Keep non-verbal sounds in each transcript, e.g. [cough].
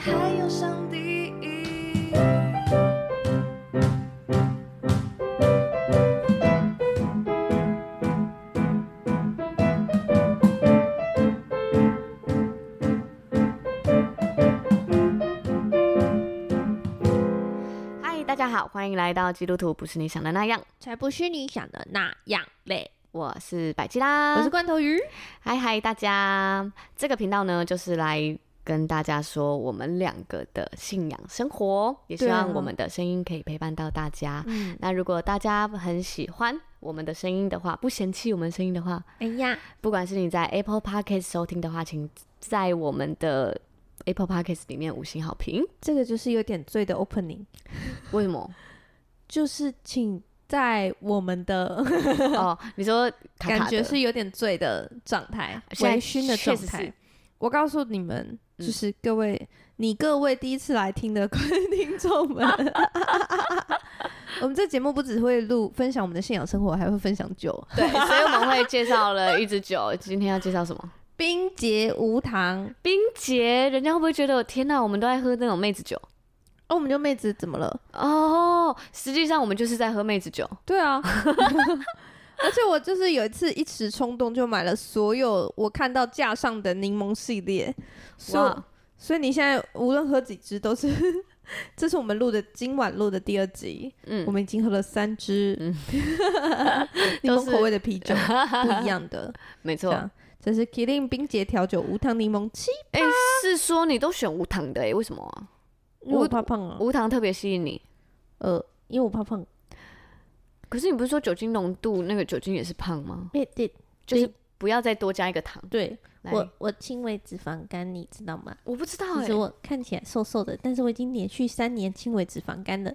还有上帝。嗨，大家好，欢迎来到基督徒不是你想的那样，才不是你想的那样嘞。我是百吉啦，我是罐头鱼，嗨嗨大家，这个频道呢就是来跟大家说我们两个的信仰生活，也希对啊望我们的声音可以陪伴到大家。嗯，那如果大家很喜欢我们的声音的话，不嫌弃我们声音的话，哎呀，不管是你在 Apple Podcast 收听的话，请在我们的 Apple Podcast 里面五星好评。这个就是有点醉的 opening，为 [laughs] 什么？就是请在我们的哦，你说卡卡的感觉是有点醉的状态，现在微醺的状确实是态。我告诉你们，嗯就是各位，你各位第一次来听的 [laughs] 听众们， [laughs] 我们这节目不只会录分享我们的信仰生活，还会分享酒， [laughs] 对，所以我们会介绍了一支酒。今天要介绍什么？冰结无糖。冰姐，人家会不会觉得天哪，我们都在喝那种妹子酒？哦，我们就妹子怎么了？哦，实际上我们就是在喝妹子酒。对 [laughs] 啊， [laughs] 而且我就是有一次一时冲动就买了所有我看到架上的柠檬系列，所哇，所以你现在无论喝几支都是， [laughs] 这是我们录的今晚录的第二集，我嗯，们已经喝了三支嗯 [laughs] 柠都檬是口味的啤酒，不一样 [laughs] 的，没错这。样这是 Killing 冰姐调酒无糖柠檬七，哎、是说你都选无糖的哎、为什么啊、因为我怕胖啊，无糖特别吸引你？呃，因为我怕胖，可是你不是说酒精浓度那个酒精也是胖吗？对对就是不要再多加一个糖。对，来我我轻微脂肪肝，你知道吗？我不知道哎、其实我看起来瘦瘦的，但是我已经连续三年轻微脂肪肝了。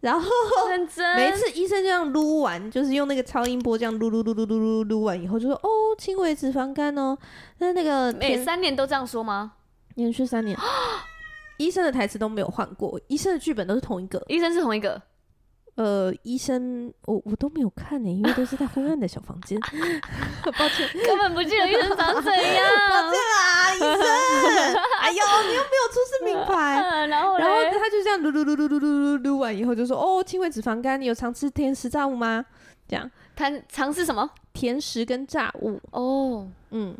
然后认真每一次医生这样撸完，就是用那个超音波这样撸撸撸撸撸撸撸完以后，就说哦，轻微脂肪肝哦。那那个每连三年都这样说吗？连续三年，医生的台词都没有换过，医生的剧本都是同一个。医生是同一个，呃，医生我我都没有看欸呢、因为都是在昏暗的小房间。 [laughs] 抱歉， [laughs] 根本不记得医生长怎 [laughs] 样。啊，医生， [laughs] 哎呦，你又没有出示名牌。嗯然后嘞然后他就这样撸撸撸撸撸撸撸撸完以后，就说：“哦，轻微脂肪肝，你有常吃甜食炸物吗？”这样他尝试什么？甜食跟炸物，哦，嗯，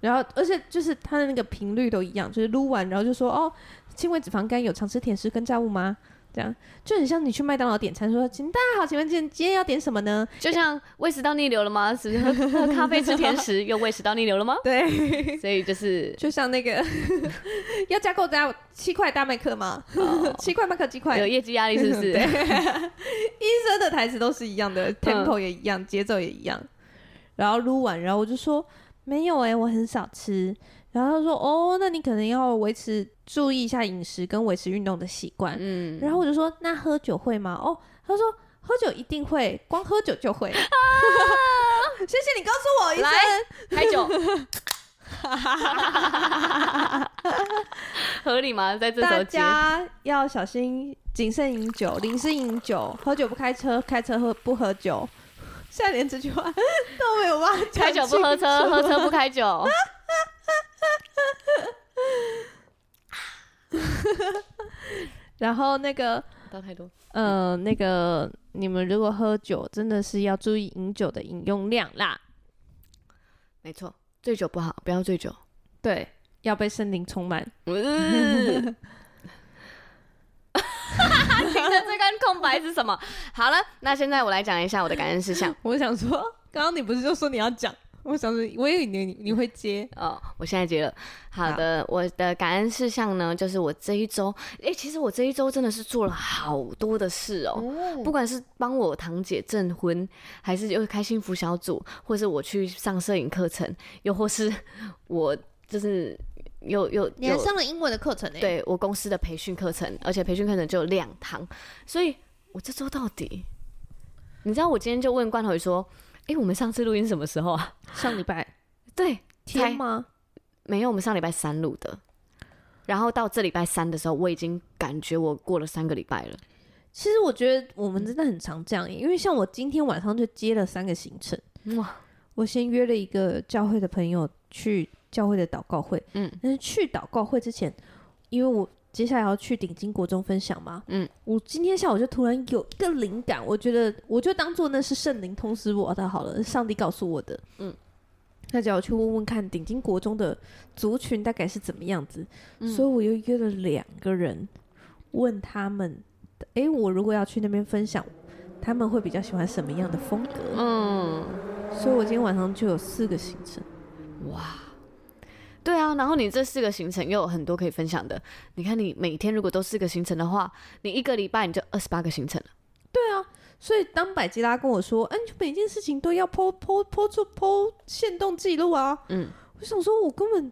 然后而且就是他的那个频率都一样，就是撸完然后就说：“哦，轻微脂肪肝，有常吃甜食跟炸物吗？”这样就很像你去麦当劳点餐说：“请大家好，请问今今天要点什么呢就像胃食道逆流了吗？是不是喝喝咖啡吃甜食又胃食道逆流了吗？”？对，所以就是就像那个 [laughs] 要加购大七块大麦克吗？哦 [laughs] 七块麦克鸡块有业绩压力，是不 [laughs] [laughs] 是？对医生的台词都是一样的，tempo 也一样，节奏也一样。然后撸完，然后我就说没有哎、我很少吃。然后他说哦，那你可能要维持注意一下饮食跟维持运动的习惯。嗯，然后我就说那喝酒会吗？哦，他说喝酒一定会，光喝酒就会。谢谢你告诉我医生来。开 [laughs] 酒，合理吗？在这大首节家要小心谨慎饮酒，临时饮酒，喝酒不开车，开车喝不喝酒。 [laughs] 现在连这句话都没有办法讲开酒不喝车，清楚喝车不 [laughs] 开酒。然后那个倒太多，呃，那个你们如果喝酒，真的是要注意饮酒的饮用量啦。没错，醉酒不好，不要醉酒。对，要被森林充满。 [laughs] 嗯你的这根空白是什么？好了，那现在我来讲一下我的感恩事项。我想说，刚刚你不是就说你要讲？我想说，我以为你你会接。哦，我现在接了。好的，我的感恩事项呢，就是我这一周，诶，其实我这一周真的是做了好多的事哦。哦，不管是帮我堂姐证婚，还是又开幸福小组，或是我去上摄影课程，又或是 [laughs] 我就是又又你还又上了英文的课程呢、，对我公司的培训课程，而且培训课程就有两堂，所以我这周到底，你知道我今天就问罐头鱼说，诶，我们上次录音什么时候啊？ [laughs] 上礼拜对，天才吗？没有，我们上礼拜三录的，然后到这礼拜三的时候，我已经感觉我过了三个礼拜了。其实我觉得我们真的很常这样欸耶，因为像我今天晚上就接了三个行程。哇，我先约了一个教会的朋友去教会的祷告会，嗯嗯，但是去祷告会之前，因为我接下来要去顶金国中分享嘛，嗯，我今天下午就突然有一个灵感，我觉得我就当做那是圣灵通知我的好了，上帝告诉我的，嗯，那就要去问问看顶金国中的族群大概是怎么样子，嗯所以我又约了两个人，问他们，诶，我如果要去那边分享，他们会比较喜欢什么样的风格？嗯，所以我今天晚上就有四个行程。哇，对啊，然后你这四个行程又有很多可以分享的。你看，你每天如果都四个行程的话，你一个礼拜你就二十八个行程了。所以当百吉拉跟我说，嗯、你就每件事情都要 po po po 出 po 限动记录啊，嗯，我想说我根本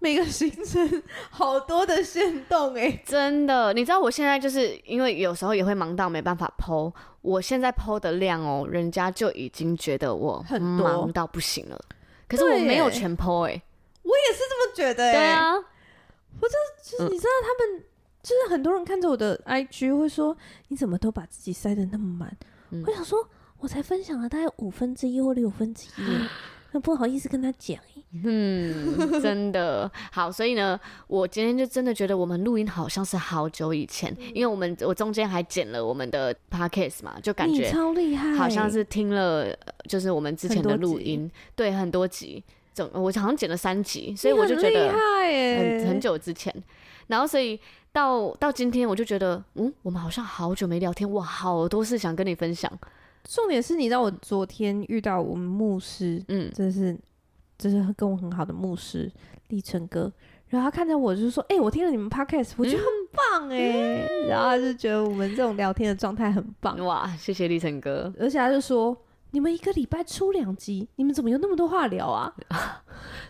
每个行程好多的限动哎、 [laughs] 真的，你知道我现在就是因为有时候也会忙到没办法剖，我现在剖的量哦，人家就已经觉得我很多忙到不行了。可是我没有对耶全剖哎、这么觉得哎、对啊，就是你知道他们，就是很多人看着我的 IG 会说，你怎么都把自己塞得那么满？嗯我想说，我才分享了大概五分之一或六分之一 [laughs] 耶，那不好意思跟他讲哎耶嗯，真的好，所以呢，我今天就真的觉得我们录音好像是好久以前，嗯因为我们我中间还剪了我们的 podcast 嘛，就感你觉超厉害，好像是听了呃就是我们之前的很多录集音，对，很多集，总我好像剪了三集，所以你我就很觉厉得害哎欸耶很很久之前，然后所以到到今天我就觉得，嗯，我们好像好久没聊天，哇，好多事想跟你分享，重点是你知道我昨天遇到我们牧师，嗯这是这是跟我很好的牧师立成哥，然后他看着我就说：“哎、我听了你们 podcast，我觉得很嗯棒哎、然后他就觉得我们这种聊天的状态很棒，哇，谢谢立成哥，而且他就说：“你们一个礼拜出两集，你们怎么有那么多话聊啊？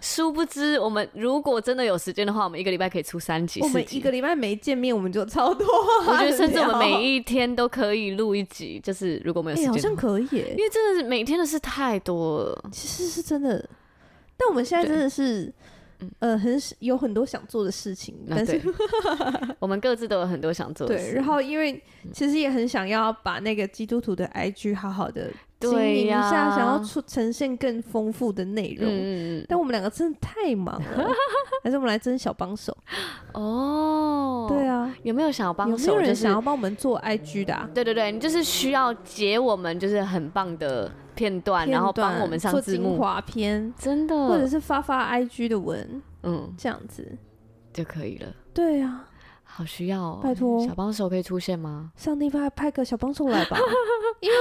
殊不知，我们如果真的有时间的话，我们一个礼拜可以出三集、我四们一集。个礼拜没见面，我们就超多我话聊。觉得甚至我们每一天都可以录一集，就是如果我们哎、有时好间的像话，可以、耶因为真的是每天的事太多了。其实是真的，但我们现在对真的是。”呃，很有很多想做的事情，那但是啊对， [laughs] 我们各自都有很多想做的对，事。然后因为其实也很想要把那个基督徒的 IG 好好的经对营一下，呀想要出呈现更丰富的内容。嗯嗯但我们两个真的太忙 [laughs] 了，还是我们来争小帮手？嗯，哦，对，啊，有没有想要帮有没手？有就人是想要帮我们做 IG 的、啊？对对对，你就是需要截我们就是很棒的片段，啊然后片段帮我们上做字精幕，嗯华片，真的，或者是发发 IG 的文嗯这样子。就可以了。对啊，好需要哦，拜托小帮手可以出现吗？上帝派派个小帮手来 [laughs] 吧，因为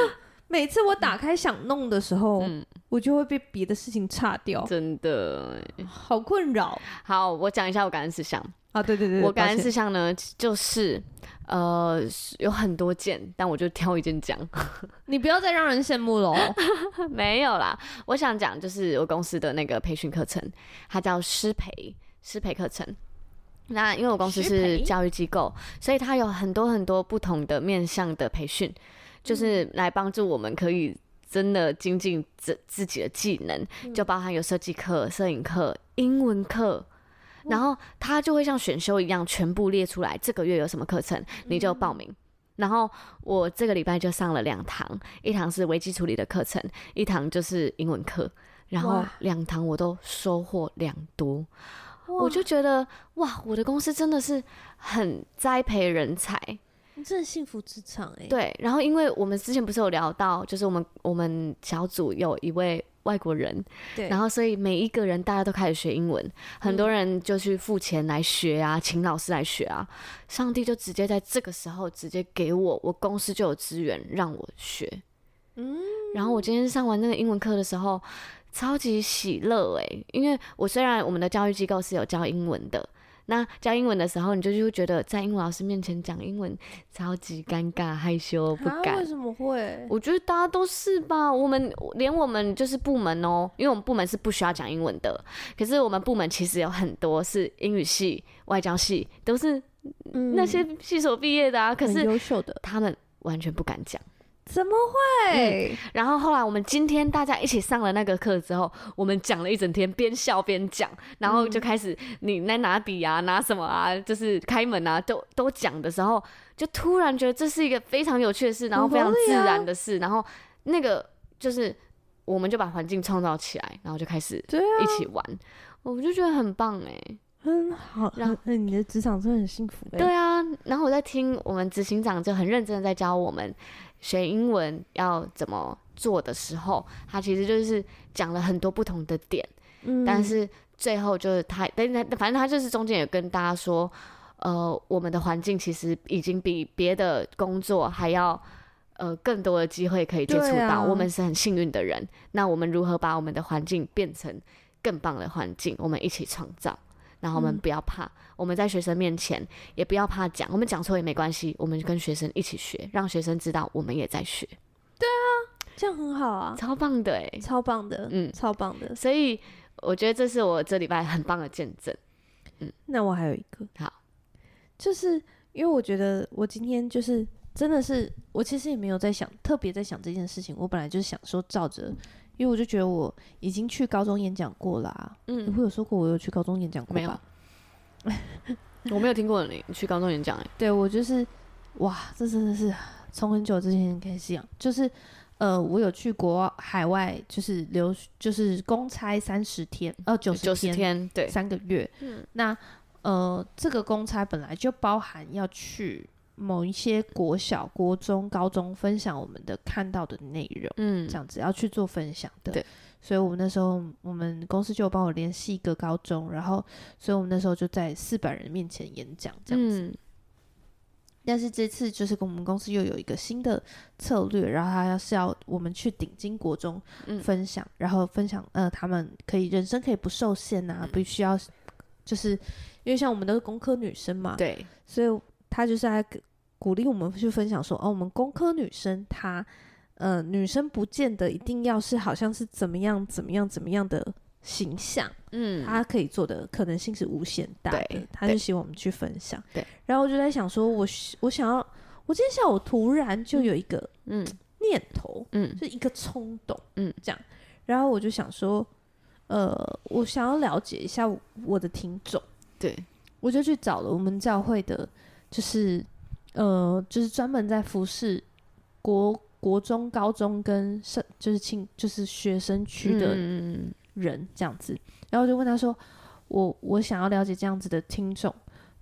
每次我打开想弄的时候，嗯我就会被别的事情岔掉，真的，好困扰好，我讲一下我感恩事项。啊！对对对，我抱感恩歉事项呢，就是呃是有很多件，但我就挑一件讲。你不要再让人羡慕喽。 [laughs] 没有啦，我想讲就是我公司的那个培训课程，它叫师培师培课程。那因为我公司师培是教育机构，所以它有很多很多不同的面向的培训，就是嗯来帮助我们可以真的精进自自己的技嗯能，就包含有设计课、摄影课、英文课。然后它就会像选修一样，全部列出来，这个月有什么课程，你嗯就报名。然后我这个礼拜就上了两堂，一堂是危机处理的课程，一堂就是英文课。然后哇两堂我都收获良多，我就觉得哇，我的公司真的是很栽培人才。 [laughs] 你真的幸福职场哎、对，然后因为我们之前不是有聊到，就是我们我们小组有一位外国人，对嗯然后所以每一个人大家都开始学英文，很多人就去付钱来学啊，请老师来学啊。上帝就直接在这个时候直接给我，我公司就有资源让我学。嗯，然后我今天上完那个英文课的时候，超级喜乐诶、因为我虽然我们的教育机构是有教英文的，那教英文的时候，你就就会觉得在英文老师面前讲英文超级尴尬、害羞、不啊敢为。什么会？我觉得大家都是吧，我们连我们就是部门哦、因为我们部门是不需要讲英文的，可是我们部门其实有很多是英语系、外交系，都是嗯哎那些系所毕业的啊，可很是优秀的，他们完全不敢讲。怎么会？然后后来我们今天大家一起上了那个课之后，我们讲了一整天，边笑边讲，然后就开始你那拿笔啊，拿什么啊，就是开门啊，都都讲的时候，就突然觉得这是一个非常有趣的事，然后非常自然的事，然后那个就是我们就把环境创造起来，然后就开始对啊，一起玩，我就觉得很棒哎、很好，让很哎很你的职场真的很幸福哎、对啊，然后我在听我们执行长就很认真的在教我们学英文要怎么做的时候，他其实就是讲了很多不同的点，嗯但是最后就是他，但他反正他就是中间有跟大家说，呃，我们的环境其实已经比别的工作还要。呃，更多的机会可以接触对到，啊我们是很幸运的人。那我们如何把我们的环境变成更棒的环境？我们一起创造，然后我们嗯不要怕，我们在学生面前也不要怕讲，我们讲错也没关系，我们跟学生一起学，让学生知道我们也在学，这样很好啊，超棒的诶。超棒的，嗯超棒的。所以我觉得这是我这礼拜很棒的见证。那我还有一个，好，就是因为我觉得我今天就是真的是，我其实也没有在想特别在想这件事情，我本来就是想说照着，因为我就觉得我已经去高中演讲过啦、嗯你，会有说过我有去高中演讲过吧？没有 [laughs] 我没有听过你你去高中演讲哎、对我就是，哇，这真的是从很久之前开始讲，就是呃，我有去国海外，就是留就是公差三十天，呃，九欸九十十天，天，对，三个月。嗯那呃，这个公差本来就包含要去某一些国小、国中、高中分享我们的看到的内容。嗯这，样子要去做分享的。对，所以我们那时候我们公司就有帮我联系一个高中，然后所以我们那时候就在四百人面前演讲这样子。嗯但是这次就是跟我们公司又有一个新的策略，然后他要是要我们去顶金国中嗯分享，然后分享呃他们可以人生可以不受限啊，不需要就是因为像我们都是工科女生嘛，对，所以他就是在鼓鼓励我们去分享说，哦，我们工科女生她，呃，女生不见得一定要是好像是怎么样怎么样怎么样的形象，嗯，她可以做的可能性是无限大的对，他就希望我们去分享。对，然后我就在想说，我希我想要，我今天下午突然就有一个嗯念头，嗯，就一个冲动，嗯嗯，这样，然后我就想说，呃，我想要了解一下我我的听众。对，我就去找了我们教会的，就是呃，就是专门在服侍国国中、高中跟社，就是青就是学生区的嗯人这样子。然后我就问他说：“我我想要了解这样子的听众，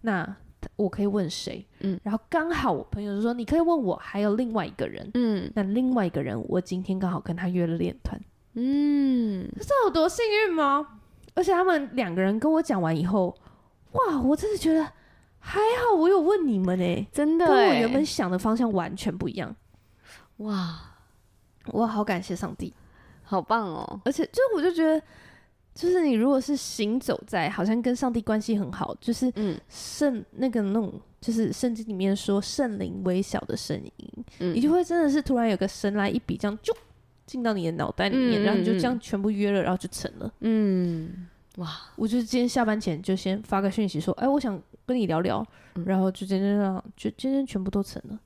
那我可以问谁？”嗯，然后刚好我朋友就说：“你可以问我，还有另外一个人。”嗯那另外一个人，我今天刚好跟他约了练团，嗯，这有多幸运吗？而且他们两个人跟我讲完以后，哇，我真的觉得还好，我有问你们呢、欸真的跟我哎、原本想的方向完全不一样。哇，我好感谢上帝，好棒哦，而且就是我就觉得，就是你如果是行走在好像跟上帝关系很好，就是嗯圣那个那种，就是圣经里面说圣灵微小的声音，嗯你就会真的是突然有个神来一笔，这样就进到你的脑袋里面，嗯然后你就嗯嗯这样全部约了，然后就成了。嗯，哇，我就是今天下班前就先发个讯息说，哎，我想跟你聊聊，嗯然后就今天让就今天全部都成了，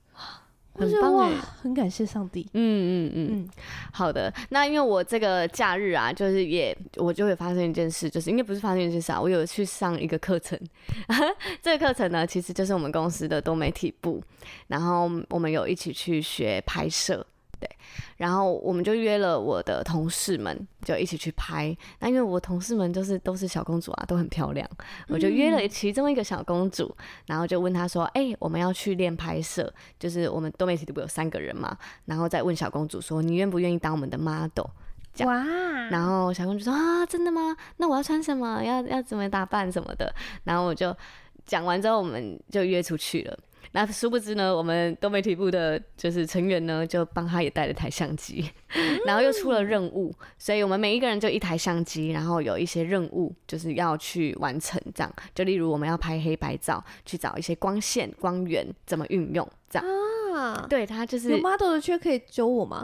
我很觉得棒哇哎，很感谢上帝。嗯嗯嗯。嗯，好的，那因为我这个假日啊，就是也我就会发生一件事，就是应该不是发生一件事啊，我有去上一个课程。 [laughs] 这个课程呢，其实就是我们公司的多媒体部，然后我们有一起去学拍摄，对，然后我们就约了我的同事们，就一起去拍。那因为我同事们就是都是小公主啊，都很漂亮，我就约了其中一个小公主，然后就问她说：“哎、我们要去练拍摄，就是我们多媒体部有三个人嘛，然后再问小公主说：“你愿不愿意当我们的 model？” 这哇，然后小公主说：“啊，真的吗？那我要穿什么？要要怎么打扮什么的？”然后我就讲完之后，我们就约出去了。那殊不知呢，我们多媒体部的就是成员呢，就帮他也带了台相机， [laughs] 然后又出了任务，所以我们每一个人就一台相机，然后有一些任务就是要去完成，这样就例如我们要拍黑白照，去找一些光线、光源怎么运用，这样。啊，对他就是有 model 的缺可以揪我 [laughs] 吗？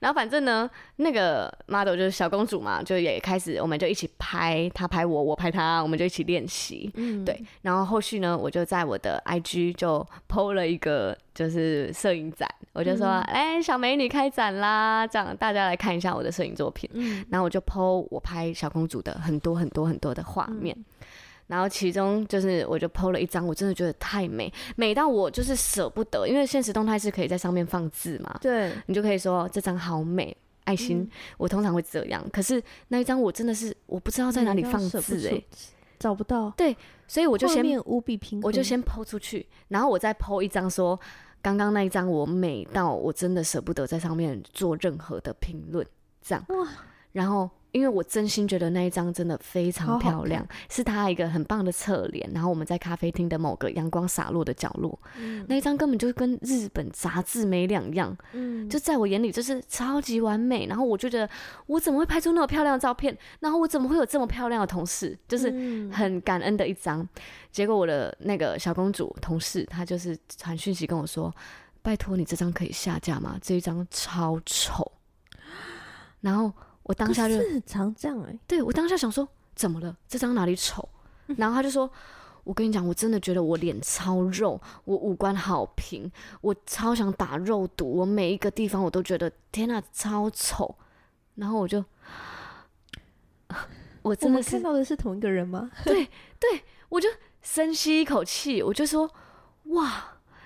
然后反正呢，那个 model 就是小公主嘛，就也开始，我们就一起拍，她拍我，我拍她，我们就一起练习。嗯，对，然后后续呢，我就在我的 IG 就 PO 了一个就是摄影展，我就说，嗯哎、小美女开展啦，这样大家来看一下我的摄影作品。嗯，然后我就 PO 我拍小公主的很多很多很多的画面，然后其中就是我就 PO 了一张，我真的觉得太美，美到我就是舍不得，因为现实动态是可以在上面放字嘛，对，你就可以说这张好美，爱嗯心。我通常会这样，可是那一张我真的是我不知道在哪里放字哎、哎，找不到，所以我我就先无比贫困，我就先抛出去，然后我再抛一张说，刚刚那一张我美到我真的舍不得在上面做任何的评论，这样哇。然后因为我真心觉得那一张真的非好常好漂亮，是它一个很棒的侧脸，然后我们在咖啡厅的某个阳光洒落的角落，嗯那一张根本就跟日本杂志没两样，嗯就在我眼里就是超级完美。然后我就觉得我怎么会拍出那么漂亮的照片？然后我怎么会有这么漂亮的同事？就是嗯很感恩的一张。结果我的那个小公主同事，她就是传讯息跟我说：“拜托你这张可以下架吗？这一张超丑。”然后我当下就可是很常这样哎、对我当下想说：“怎么了？这张哪里丑？”然后她就说。我跟你讲，我真的觉得我脸超肉，我五官好平，我超想打肉毒，我每一个地方我都觉得天呐、超丑。然后我就，我我真的们是看到的是同一个人吗？我就深吸一口气，我就说哇，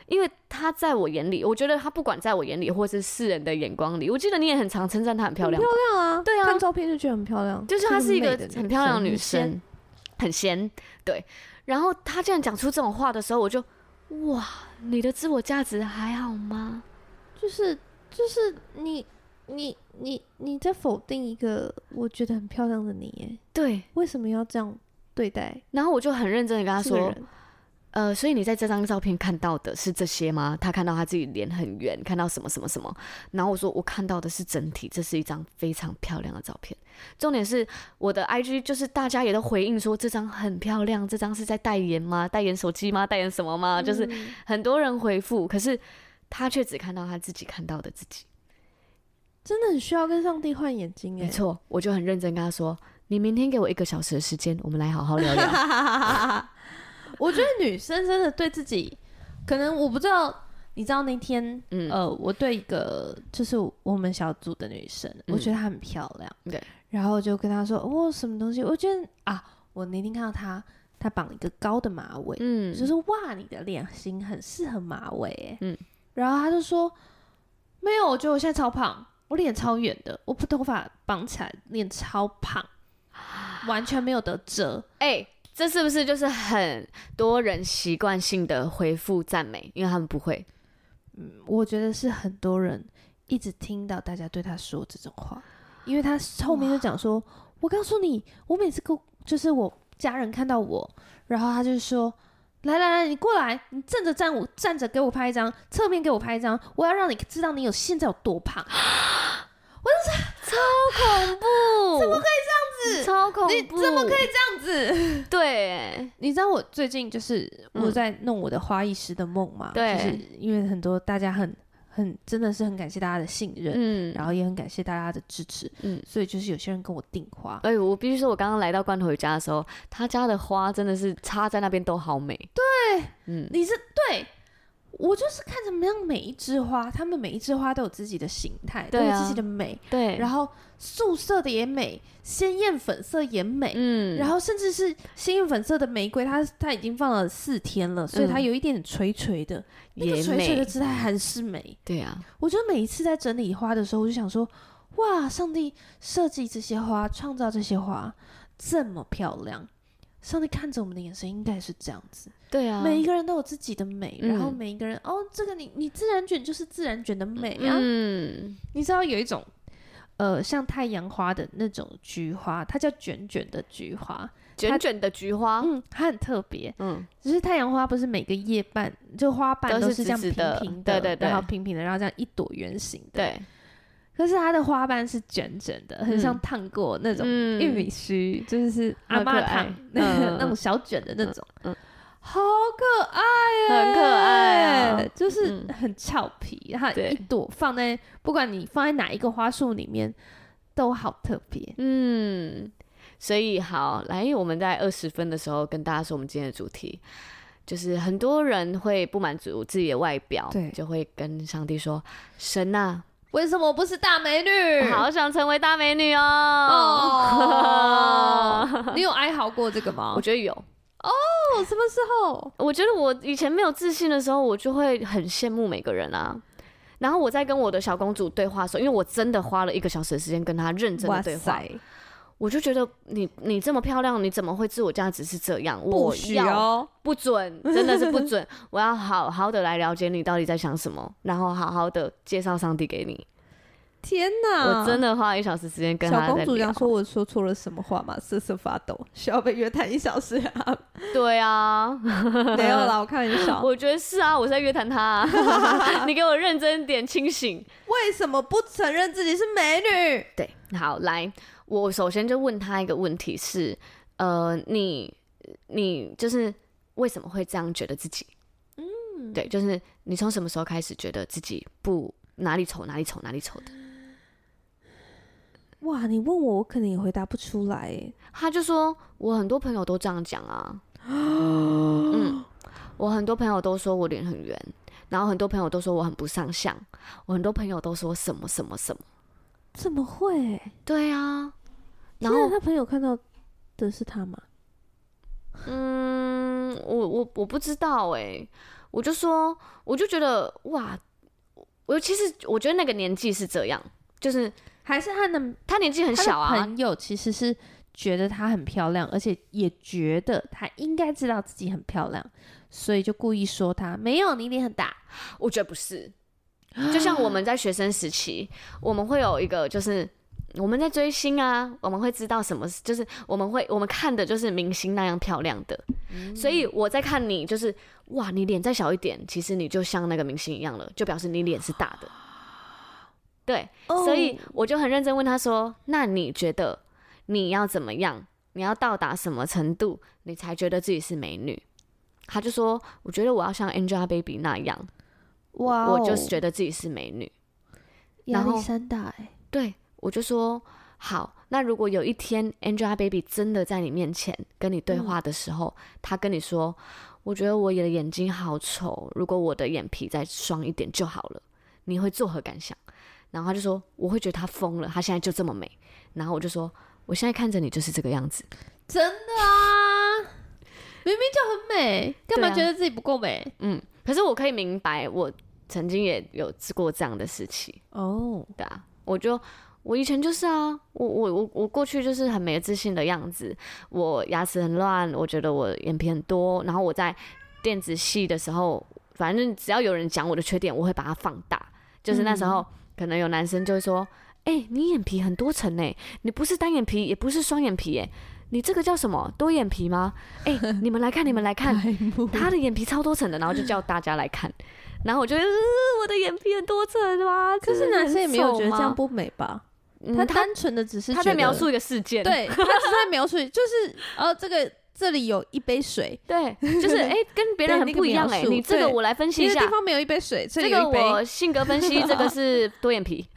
因为她在我眼里，我觉得她不管在我眼里，或是世人的眼光里，我记得你也很常称赞她很 [laughs] 漂亮吧，漂亮啊，对啊看照片就觉得很漂亮，就是她是一个很漂亮的女很美生，很仙，对。然后她竟然讲出这种话的时候，我就哇，你的自我价值还好吗？的女生，就是就是你你你你在否定一个我觉得很漂亮的你哎，对。为什么要这样对待然后我就很认真的跟她这个说，人？呃，所以你在这张照片看到的是这些吗？他看到他自己脸很圆，看到什么什么什么。然后我说我看到的是整体，这是一张非常漂亮的照片。重点是我的 IG 就是大家也都回应说这张很漂亮，这张是在代言吗？代言手机吗？代言什么吗？啊就是嗯很多人回复，可是他却只看到他自己看到的自己。真的很需要跟上帝换眼睛没哎，错，我就很认真跟他说：“你明天给我一个小时的时间，我们来好好 [laughs] 聊聊。我觉得女生真的对自己，可能我不知道，你知道那天”嗯，呃，我对一个就是我们小组的女生，我觉得她很漂亮，嗯对，然后我就跟她说，哦，什么东西？我觉得啊，我那天看到她，她绑了一个高的马尾，嗯，就是哇，你的脸型很适合马尾，哎，嗯然后她就说，没有，我觉得我现在超胖，我脸超圆的，我把头发绑起来，脸超胖， [gasps] 完全没有得遮，哎、这是不是就是很多人习惯性的回复赞美，因为他们不会？我觉得是很多人一直听到大家对他说这种话，因为他后面就讲说：“我告诉你，我每次跟就是我家人看到我，然后他就说：‘来来来，你过来，你站着站我站着给我拍一张，侧面给我拍一张，我要让你知道你有现在有多胖。不，怎么可以这样子？超恐怖！你怎么可以这样子？对，你知道我最近就是嗯我在弄我的花艺师的梦嘛，对就是因为很多大家很很真的是很感谢大家的信任，嗯，然后也很感谢大家的支持，嗯所以就是有些人跟我订花，哎、我必须说，我刚刚来到罐头鱼家的时候，他家的花真的是插在那边都好美。对，嗯，你是对我就是看着每样每一枝花，它们每一枝花都有自己的形态，都对有啊自己的美，对，然后，后素色的也美，鲜艳粉色也美。嗯，然后甚至是鲜艳粉色的玫瑰，它它已经放了四天了，所以它嗯有一点点垂垂的，那个也垂垂的美，姿态还是美。对啊，我觉得每一次在整理花的时候，我就想说，哇，上帝设计这些花，创造这些花这么漂亮，上帝看着我们的眼神应该是这样子。对啊，每一个人都有自己的美，然后嗯每一个人哦，这个你你自然卷就是自然卷的美啊。嗯，你知道有一种呃，像太阳花的那种菊花，它叫卷卷的菊花，卷卷的菊花，嗯，它很特别。哦嗯，只是太阳花不是每个叶瓣就花瓣都都是是这直样直平的平对对对然后平平的，然后这样一朵圆形的。，对，可是它的花瓣是卷卷的，很像嗯烫过那种嗯玉米须，就是阿好可妈烫 [laughs] 爱那种嗯小卷的那种，嗯嗯好可爱耶，很可爱啊就是嗯很俏皮，它对一朵放在不管你放在哪一个花束里面都好特别。嗯，所以好，来，我们在二十分的时候跟大家说我们今天的主题，就是很多人会不满足自己的外表，对就会跟上帝说：“神呐、为什么我不是大 [laughs] 美女？好想成为大美女哦！”哦，你有哀嚎过这个吗？ [laughs] 我觉得有，得我什么时候？我觉得我以前没有自信的时候，我就会很羡慕每个人啊。然后我在跟我的小公主对话的时候，因为我真的花了一个小时的时间跟她认真的对话，，我就觉得你你这么漂亮，你怎么会自我价值是这样？不我许要哦，不准，真的 [laughs] 是不准！我要好好的来了解你到底在想什么，然后好好的介绍上帝给你。天哪！我真的花一小时时间跟嗯小他公在主聊讲。说我说错了什么话吗？瑟瑟发抖，需要被约谈一小时啊？对啊， [laughs] 没有啦，我开玩笑。我觉得是啊，我在约谈他、啊。 [laughs] 你给我认真点，清醒。为什么不承认自己是美女？对，好，来，我首先就问他一个问题是，呃，你你就是为什么会这样觉得自己？嗯，对，就是你从什么时候开始觉得自己不哪里丑哪里丑哪里丑的？哇，你问我，我可能也回答不出来耶。他就说，我很多朋友都这样讲啊，嗯，我很多朋友都说我脸很圆，然后很多朋友都说我很不上相，我很多朋友都说什么什么什么，怎么会？对啊，天然后啊他朋友看到的是他吗？嗯，我我我不知道哎、我就说，我就觉得哇，我其实我觉得那个年纪是这样，就是还是他的他年纪很小他的啊，朋友其实是觉得她很漂亮，而且也觉得她应该知道自己很漂亮，所以就故意说她没有，你脸很大。我觉得不是。就 [gasps] 像我们在学生时期，我们会有一个就是我们在追星啊，我们会知道什么，就是我们会我们看的就是明星那样漂亮的，嗯所以我在看你就是哇，你脸再小一点，其实你就像那个明星一样了，就表示你脸是大的。对，哦所以我就很认真问他说：“那你觉得你要怎么样？你要到达什么程度，你才觉得自己是美女？”他就说：“我觉得我要像 Angelababy 那样，哇哦，我就是觉得自己是美女。亚然历后山大哎，对我就说：“好，那如果有一天 Angelababy 真的在你面前跟你对话的时候，她跟你说：‘我觉得我的眼睛好丑，如果我的眼皮再双一点就好了’，你会作何感想？”然后他就说：“我会觉得她疯了，她现在就这么美。”然后我就说：“我现在看着你就是这个样子。真的啊，明明就很美，干嘛对觉啊得自己不够美？”嗯，可是我可以明白，我曾经也有过这样的时期，哦，对啊，我就我以前就是啊，我我我我过去就是很没自信的样子，我牙齿很乱，我觉得我眼皮很多，然后我在电子系的时候，反正只要有人讲我的缺点，我会把它放大，就是那时候、可能有男生就会说。哎、你眼皮很多层呢、你不是单眼皮，也不是双眼皮、哎，你这个叫什么？多眼皮吗？哎、你们来看，你们来看，他的眼皮超多层的，然后就叫大家来看，然后我就、呃、我的眼皮很多层啊吗？可是男生也没有觉得这样不，不美吧？嗯他他单纯的只是他觉在得描述一个事件，对他只是在描述，就是哦，这个这里有一杯 [laughs] 水，对， [laughs] 就是哎、跟别对人很那个不一样描哎、述你这个对我来分析别的一下地，方没有一杯水，这这里有个一杯。我性格分 [laughs] 析，这个是多眼皮， [laughs]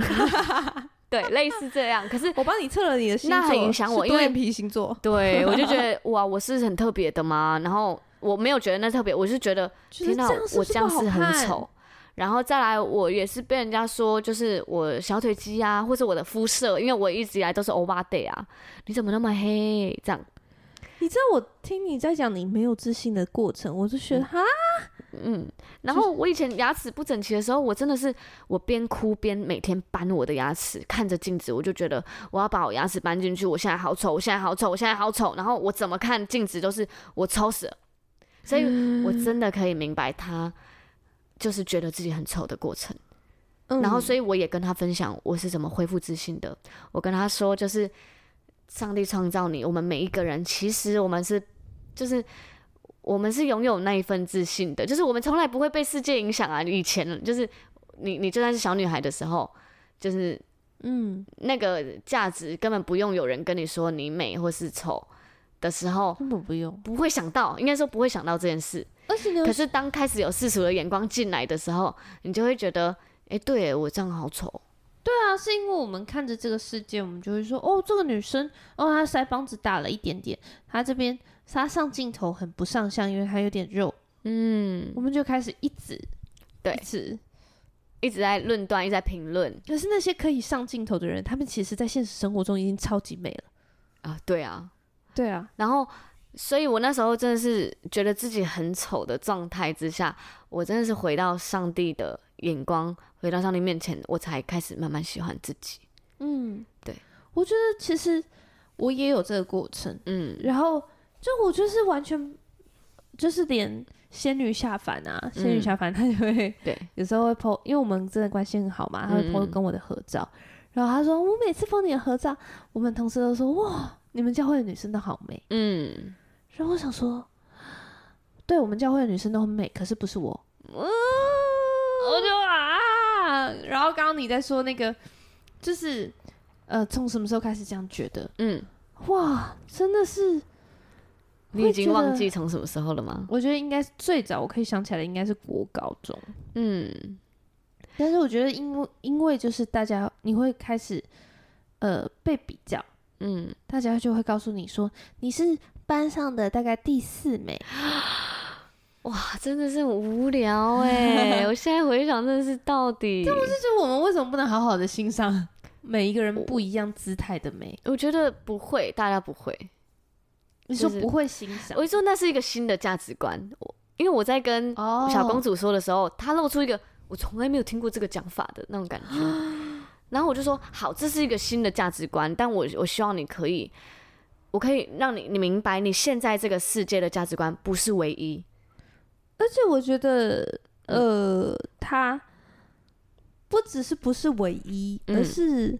对，类似这样，可 [laughs] 是。我帮你测了你的星座，那很影响我是因为多眼皮星座，对，我就觉得哇，我是很特别的嘛。然后我没有觉得那特别，我是觉得就是天这哪样是，不我是这样不好是很看丑。。然后再来，我也是被人家说，就是我小腿肌啊，或者我的肤色，因为我一直以来都是欧巴 day 啊，你怎么那么黑？这样，你知道我听你在讲你没有自信的过程，我就觉得哈，嗯。然后我以前牙齿不整齐的时候，我真的是我边哭边每天搬我的牙齿，看着镜子，我就觉得我要把我牙齿搬进去，我现在好丑，我现在好丑，我现在好丑。然后我怎么看镜子都是我丑死了，所嗯以我真的可以明白他就是觉得自己很丑的过程。嗯然后，所以我也跟他分享我是怎么恢复自信的。我跟他说，就是上帝创造你，我们每一个人，其实我们是，就是我们是拥有那一份自信的，就是我们从来不会被世界影响啊。以前就是你，你就算是小女孩的时候，就是嗯，那个价值根本不用有人跟你说你美或是丑的时候，根本不用。不会想到，应该说不会想到这件事。而且你有可是当开始有世俗的眼光进来的时候，你就会觉得，哎、对耶我这样好丑。哦对啊，是因为我们看着这个事件，我们就会说，哦，这个女生，哦，她腮帮子大了一点点，她这边她上镜头很不上相，因为她有点肉，嗯，我们就开始一直对一直。一直在论断，一直在评论可是那些可以上镜头的人，他们其实在现实生活中已经超级美了。啊，对啊，对啊，然后，所以我那时候真的是觉得自己很丑的状态之下，我真的是回到上帝的眼光，回到上帝面前，我才开始慢慢喜欢自己。嗯，对，我觉得其实我也有这个过程。嗯然后就我就是完全就是连仙女下凡啊，仙女嗯下凡她就会对有时候会 po，因为我们真的关系很好嘛，她会嗯 po 嗯跟我的合照，然后她说我每次 po 你的合照，我们同事都说哇，你们教会的女生都好美，嗯，然后我想说，对我们教会的女生都很美，可是不是我，我就啊，然后刚刚你在说那个就是呃，从什么时候开始这样觉得？嗯，哇，真的是。你已经忘记从什么时候了吗？我觉得应该是最早我可以想起来的应该是国高中，嗯但是我觉得因为因为就是大家你会开始呃被比较，嗯，大家就会告诉你说你是班上的大概第四美，哇，啊真的是很无聊 [laughs] 哎、我现在回想，真的是到底，就是我们为什么不能好好的欣赏每一个人不一样姿态的美？我觉得不会，大家不会。你说就是不会欣赏我就说那是一个新的价值观。我因为我在跟哦小公主说的时候，她露出一个我从来没有听过这个讲法的那 [gasps] 种感觉。然后我就说好，这是一个新的价值观，但我我希望你可以，我可以让你你明白，你现在这个世界的价值观不是唯一。而且我觉得，嗯呃，他不只是不是唯一，嗯而是，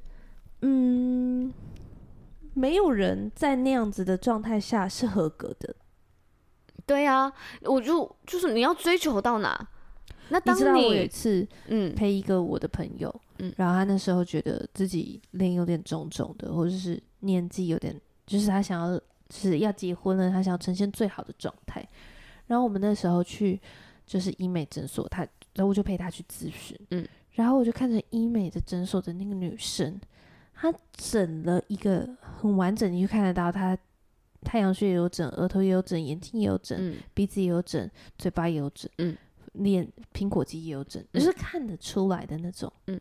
嗯，没有人在那样子的状态下是合格的。对啊，我就就是你要追求到哪？那你当知道我有一你次嗯陪一个我的朋友，嗯然后他那时候觉得自己脸有点肿肿的，或者是年纪有点，就是他想要就是要结婚了，他想要呈现最好的状态。然后我们那时候去就是医美诊所，他然后我就陪他去咨询，嗯然后我就看着医美的诊所的那个女生，她整了一个很完整，你就看得到她太阳穴也有整，额头也有整，眼睛也有整，嗯鼻子也有整，嘴巴也有整，嗯，脸苹果肌也有整，嗯就是看得出来的那种，嗯。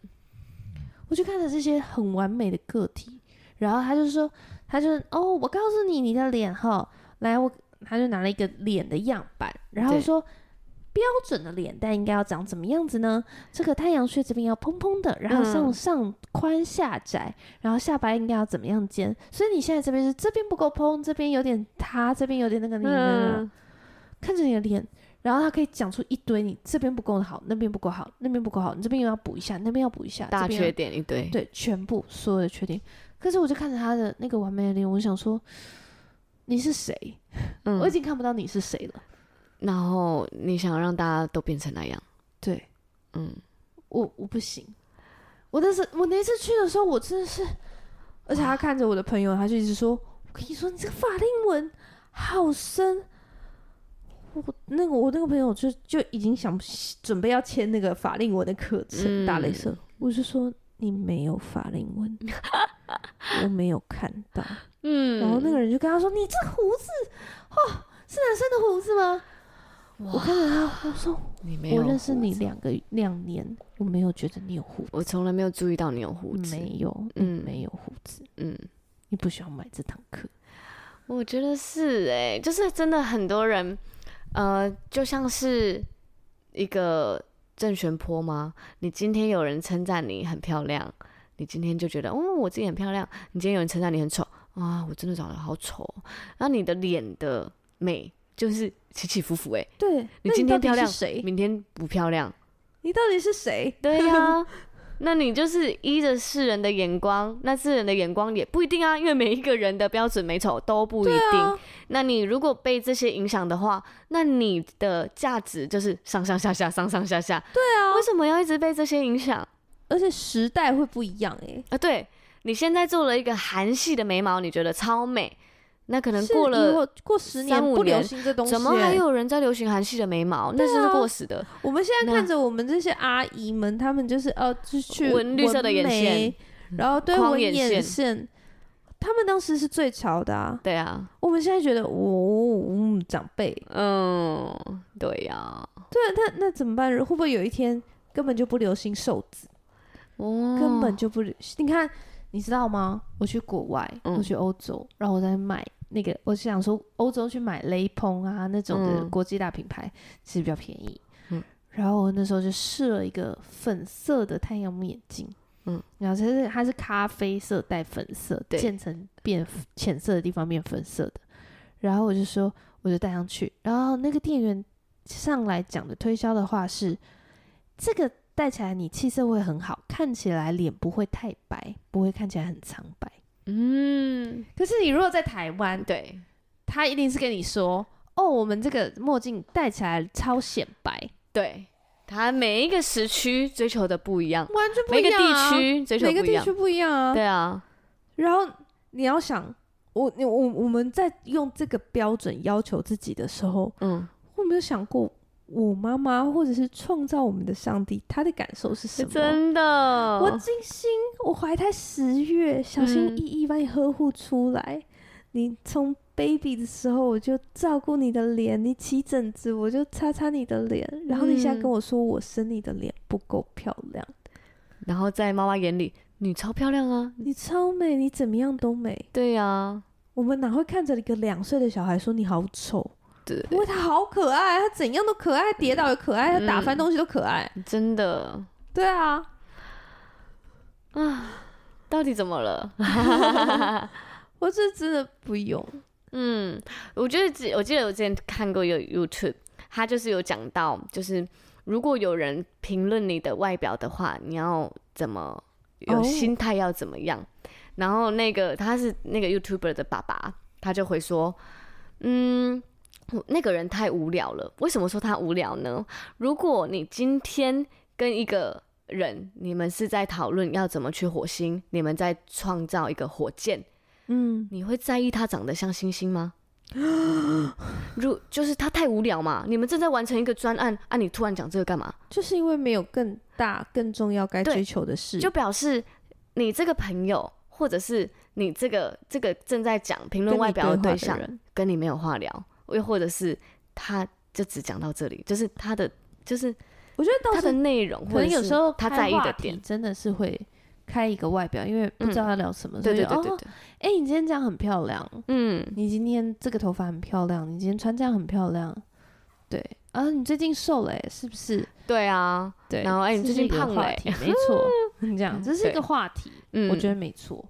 我就看着这些很完美的个体，然后他就说，他就哦，我告诉你，你的脸哈，来，我他就拿了一个脸的样板，然后对说。标准的脸蛋应该要长怎么样子呢？这个太阳穴这边要蓬蓬的，然后上嗯上宽下窄，然后下巴应该要怎么样尖？所以你现在这边是这边不够蓬，这边有点塌，这边有点那个那个那个。嗯看着你的脸，然后他可以讲出一堆你这边不够好，那边不够好，那边不够好，你这边又要补一下，那边要补一下，大这边要啊缺点一堆，对全部所有的缺点。可是我就看着他的那个完美的脸，我想说你是谁？嗯我已经看不到你是谁了。然后你想让大家都变成那样，对嗯，我我不行，我那次我那次去的时候，我真的是，而且他看着我的朋友，他就一直说：“我跟你说，你这个法令纹好深。”我那个我那个朋友就就已经想准备要签那个法令纹的课程，嗯打镭射。我就说你没有法令纹， [laughs] 我没有看到。嗯然后那个人就跟他说：“你这胡子，哦，是男生的胡子吗？”我看着他，我说：“你没我有，认识你两个两年，我没有觉得你有胡子，我从来没有注意到你有胡子。没有，你嗯没有胡子，嗯，你不需要买这堂课。我觉得是哎、就是真的很多人，呃，就像是一个正弦坡吗？你今天有人称赞你很漂亮，你今天就觉得，哦，我自己很漂亮。你今天有人称赞你很丑啊，我真的长得好丑哦。那你的脸的美就是起起伏伏哎、对，那今到底天漂是亮谁？明天不漂亮，你到底是谁？对啊呀、 [laughs] 那你就是依着世人的眼光，那世人的眼光也不一定啊，因为每一个人的标准美丑都不一定。啊那你如果被这些影响的话，那你的价值就是上上下下，上上下下。对啊，为什么要一直被这些影响而且时代会不一样哎，啊？对你现在做了一个韩系的眉毛，你觉得超美，那可能是过以了后过十年三五不流年行这东西，欸啊怎么还？有人在流行韩系的眉毛？那是过时的。我们现在那看着我们这些阿姨们，她们就是哦，就是去纹绿色的眼线眉，然后对框纹眼眼线线，她们当时是最潮的啊。对啊，我们现在觉得，哦，嗯，长辈，嗯，对呀、对啊，那那怎么办？会不会有一天根本就不流行瘦子？哦，根本就不流，你看，你知道吗？我去国外，嗯我去欧洲，然后我在买那个，我想说欧洲去买雷朋啊那种的嗯国际大品牌，其实比较便宜。嗯然后我那时候就试了一个粉色的太阳眼镜，嗯，然后它是它是咖啡色带粉色，对渐层变浅色的地方变粉色的。然后我就说，我就带上去，然后那个店员上来讲的推销的话是，这个戴起来你气色会很好，看起来脸不会太白，不会看起来很苍白。嗯，可是你如果在台湾，对，他一定是跟你说，哦，我们这个墨镜戴起来超显白，对，它每一个时区追求的不一样，完全每个地区追求啊每个不一地样区，不一样啊。对啊，然后你要想，我你我我们在用这个标准要求自己的时候，嗯，我没有想过我妈妈或者是创造我们的上帝，他的感受是什么？真的，我精心，我怀胎十月，小心嗯翼翼把你呵护出来。你从 baby 的时候我就照顾你的脸，你起疹子我就擦擦你的脸，然后你现在跟嗯我说我生你的脸不够漂亮，然后在妈妈眼里，你超漂亮啊，你超美，你怎么样都美。对啊，我们哪会看着一个两岁的小孩说你好丑？对，因为他好可爱，他怎样都可爱，跌倒也可爱，他打翻嗯东西都可爱。真的对啊，啊，到底怎么了？我这真的不用。嗯，我觉得之我记得我之前看过有 YouTube，他就是有讲到，就是如果有人评论你的外表的话，你要怎么有哦心态要怎么样然后那个他是那个 YouTuber 的爸爸，他就会说，嗯。我那个人太无聊了。为什么说他无聊呢？如果你今天跟一个人，你们是在讨论要怎么去火星，你们在创造一个火箭，嗯，你会在意他长得像星星吗？ [gasps] 如就是他太无聊嘛，你们正在完成一个专案，啊，你突然讲这个干嘛？就是因为没有更大、更重要该对追求的事，就表示你这个朋友，或者是你这个这个正在讲评跟论你外表的对话对象，的人跟你没有话聊，又或者是他就只讲到这里，就是他的就是我觉得倒他是的内容，可或者能有是时候他开在意话的题点，嗯真的是会开一个外表，因为不知道要聊什么。所对以对对对哦，对，哎、你今天这样很漂亮，嗯，你今天这个头发很漂亮，你今天穿这样很漂亮，对啊，你最近瘦了、欸，是不是？对啊，对，然后哎你这最是一近个胖话了欸题没错，你这 [laughs] 样，这是一个对话题，嗯，我觉得没错，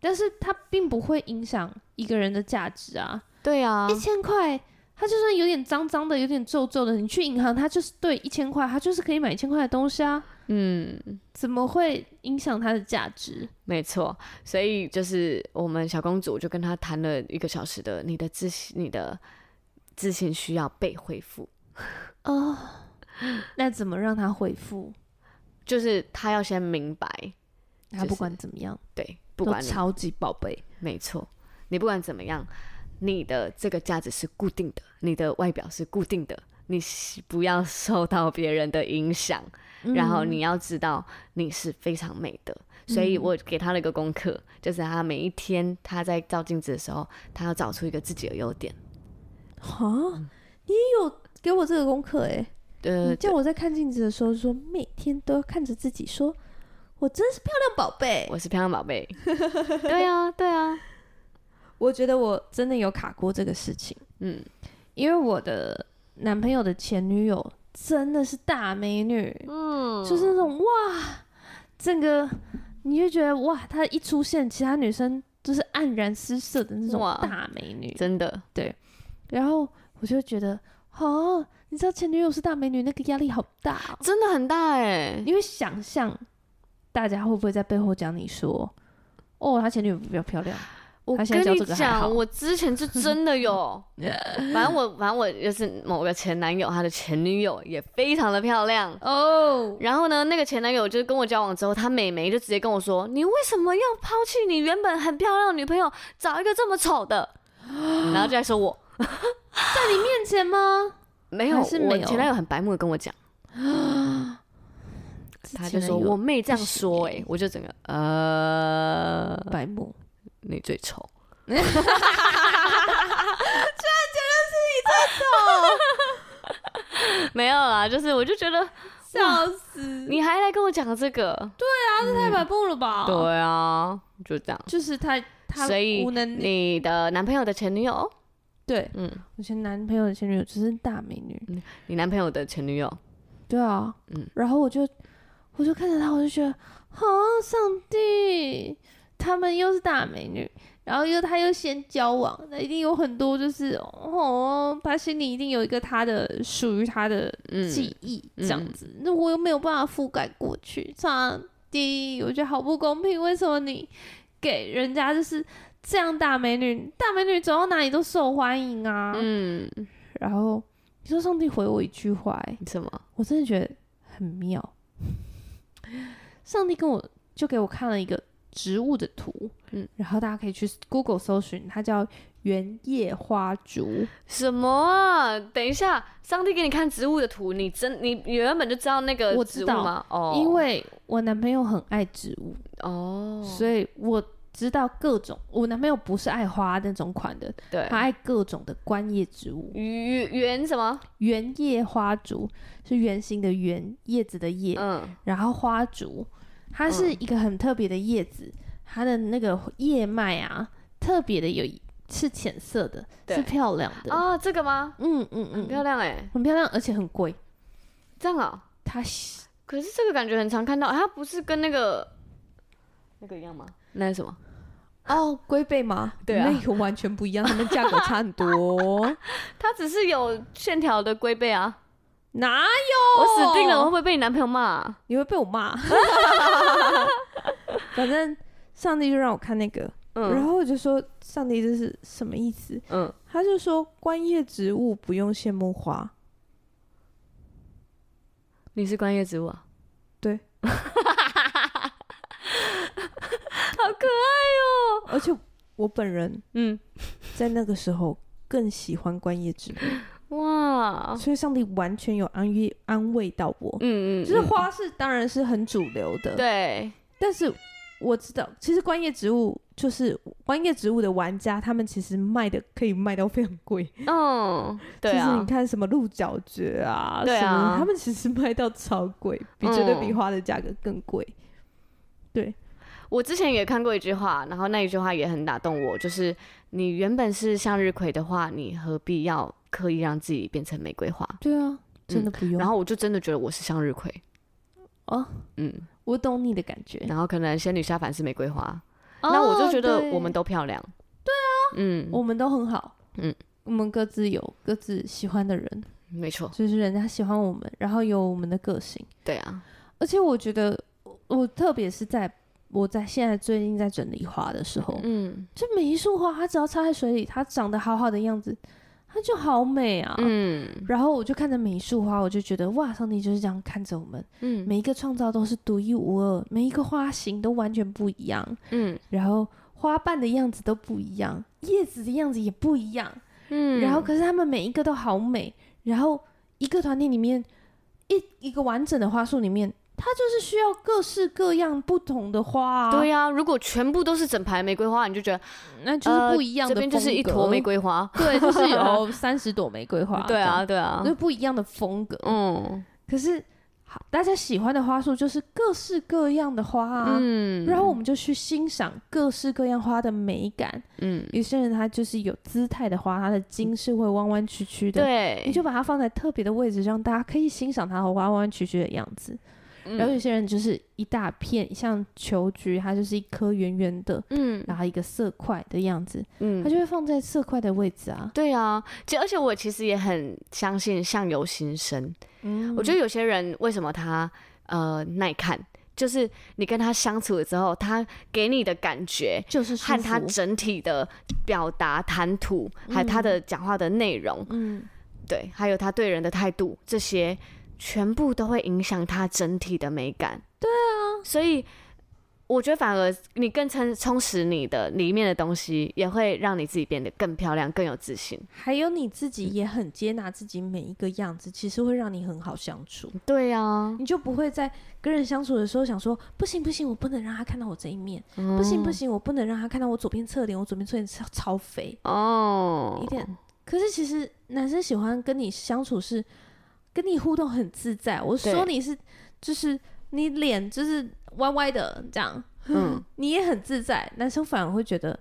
但是它并不会影响一个人的价值啊，对啊一，千块。它就算有点脏脏的，有点皱皱的，你去银行，它就是对一千块，它就是可以买一千块的东西啊。嗯。怎么会影响它的价值？没错，所以就是我们小公主就跟他谈了一个小时的，你的自信，你的自信需要被恢复，哦，那怎么让它恢复？就是他要先明白，它不管怎么样，对，不管都你，超级宝贝。没错，你不管怎么样，你的这个价值是固定的，你的外表是固定的，你是不要受到别人的影响，嗯嗯然后你要知道你是非常美的。所嗯以我给他了一个功课，就是他每一天他在照镜子的时候，他要找出一个自己的优点。嗯哈，你也有给我这个功课哎、呃你，叫我在看镜子的时候说，每天都要看着自己说，我真是漂亮宝贝。我是漂亮宝 [laughs] 贝。对啊，对啊，我觉得我真的有卡过这个事情， [laughs] 嗯因为我的男朋友的前女友真的是大美女，嗯就是那种哇，整个你就觉得哇，她一出现，其他女生就是黯然失色的那种哇大美女。真的，然后我就觉得，哦，你知道前女友是大美女，那个压力好大、哦。真的很大哎、因为想象大家会不会在背后讲你说，哦，他前女友比较漂亮，我他现在跟你教这个还好讲，我之前是真的 [laughs] 有，反正我反正我就是某个前男友，他的前女友也非常的漂亮。哦，然后呢，那个前男友就是跟我交往之后，他妹妹就直接跟我说：“你为什么要抛弃你原本很漂亮的女朋友，找一个这么丑的？” [gasps] 然后就在说我在你面前吗？没有，还是没有我前男友很白目的跟 [gasps] 我讲，他就说我妹这样不行说、欸欸，哎，我就整个呃，白目，你最 [laughs] 丑。 [laughs] 没有啦，就是我就觉得笑死！你还来跟我讲这个，太白目了吧？，对啊，就这样。就是他，他所以无能力。你的男朋友的前女友，对嗯，我前男朋友的前女友就是大美女，你男朋友的前女友，对啊，嗯然后我就我就看着她，我就觉得，哦，上帝，他们又是大美女，然后又他又先交往，那一定有很多就是，哦，他心里一定有一个他的属于他的嗯，记忆嗯这样子，那、我又没有办法覆盖过去。上帝，我觉得好不公平，为什么你给人家就是这样大美女？大美女走到哪里都受欢迎啊。嗯，然后你说上帝回我一句话、欸，什么？我真的觉得很妙。 [laughs] 上帝跟我就给我看了一个植物的图，嗯嗯，然后大家可以去 Google 搜寻，它叫原叶花烛。什么啊？等一下，上帝给你看植物的图，你真你你原本就知道那个我知植物道吗？哦，因为我男朋友很爱植物，哦，所以我知道各种。我男朋友不是爱花那种款的，对他，爱各种的观叶植物。圆圆什么？圆叶花烛是圆形的圆，叶子的叶，嗯，然后花烛它是一个很特别的叶子，它的那个叶脉啊，特别的有是浅色的，对是漂亮的。啊，这个吗？嗯嗯很漂嗯，亮哎，哦很漂亮，而且很贵。这样啊。它可是这个感觉很常看到，啊它不是跟那个那个一样吗？那是什么？哦，龟背吗？对啊那个完全不一样，它们价格差很多。哦它只是有线条的龟背啊。 [laughs] 哪我有？死定了，我会不会被你男朋友骂啊？你会被我 [laughs] 骂。反正上帝就让我看那个，然嗯后我就说：“上帝这是什么意思嗯，？”他就说：“观叶植物不用羡慕花。你是观叶植物啊？ [laughs] 对，好可爱哦。”而且我本人嗯，在那个时候更喜欢观叶植物，哇，所以上帝完全有安慰安慰到我。哦嗯嗯，就是嗯花是当然是很主流的，对，但是我知道，其实观叶植物就是观叶植物的玩家，他们其实卖的可以卖到非常贵。嗯，对就是啊你，看什么鹿角蕨啊，对啊什么他们其实卖到超贵，比嗯绝对比花的价格更贵。我之前也看过一句话，然后那一句话也很打动我，就是你原本是向日葵的话，你何必要刻意让自己变成玫瑰花？对啊，真的不用。然后我就真的觉得我是向日葵，哦，嗯，我懂你的感觉，然后可能仙女下凡是玫瑰花，那我就觉哦得对哦我们都漂亮。对啊，嗯，我们都很好，嗯嗯，我们各自有各自喜欢的人，没错，就是人家喜欢我们，然后有我们的个性。对啊，而且我觉得，我我特别是在我在现在最近在整理花的时候，嗯就每一束花，它只要插在水里，它长得好好的样子，它就好美啊。嗯然后我就看着每一束花，我就觉得哇，上帝就是这样看着我们，嗯每一个创造都是独一无二，每一个花型都完全不一样，嗯然后花瓣的样子都不一样，叶子的样子也不一样，嗯然后可是它们每一个都好美，然后一个团体里面一一个完整的花束里面，它就是需要各式各样不同的花、啊，嗯对、呀、如果全部都是整排玫瑰花，你就觉得那就是不一样呃这的、边就是一坨玫，瑰花。对，就是 [laughs] 有三十朵玫瑰花，对啊，对啊这样，，就不一样的风格，嗯可是好，大家喜欢的花束就是各式各样的花啊。嗯，然后我们就去欣赏各式各样花的美感。嗯，有些人他就是有姿态的花，它的茎是会弯弯曲曲的。你对，就把它放在特别的位置，让大家可以欣赏它弯弯曲曲的样子。然后嗯有些人就是一大片，像球菊，它就是一颗圆圆的，嗯然后一个色块的样子，它嗯，就会放在色块的位置啊。对啊，其而且我其实也很相信相由心生。嗯我觉得有些人为什么他呃耐看，就是你跟他相处了之后，他给你的感觉就是嗯舒和他服整体的表达、谈吐，还有他的讲话的内容，嗯，对，还有他对人的态度，这些全部都会影响他整体的美感。对啊，所以。我觉得反而你更充充实你的里面的东西，也会让你自己变得更漂亮、更有自信。还有你自嗯己也很接纳自己每一个样子，其实会让你很好相处，对啊，你就不会在跟人相处的时候想说，不行不行，我不能让他看到我这一面，不不行不行，我不能让他看到我左边侧脸，我左边侧脸超超肥哦一，点。可是其实男生喜欢跟你相处是跟你互动很自在，我对说你是就是你脸就是歪歪的这样，嗯， [laughs] 你也很自在，男生反而会觉得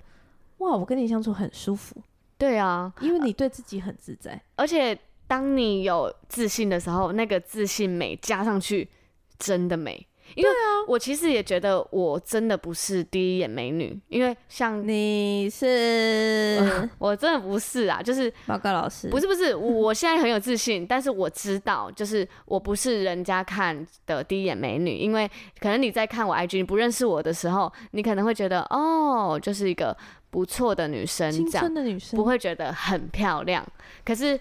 哇，我跟你相处很舒服，对啊，因为你对自己很自在。而且当你有自信的时候，那个自信美加上去，真的美。因为我其实也觉得我真的不是第一眼美女，因为像你是 [laughs] 我真的不是啊，就是报告老师，不是是不是，我我现在很有自信， [laughs] 但是我知道，就是我不是人家看的第一眼美女，因为可能你在看我 IG，你不认识我的时候，你可能会觉得哦，就是一个不错的女生青这样春，的女生，不会觉得很漂亮。可是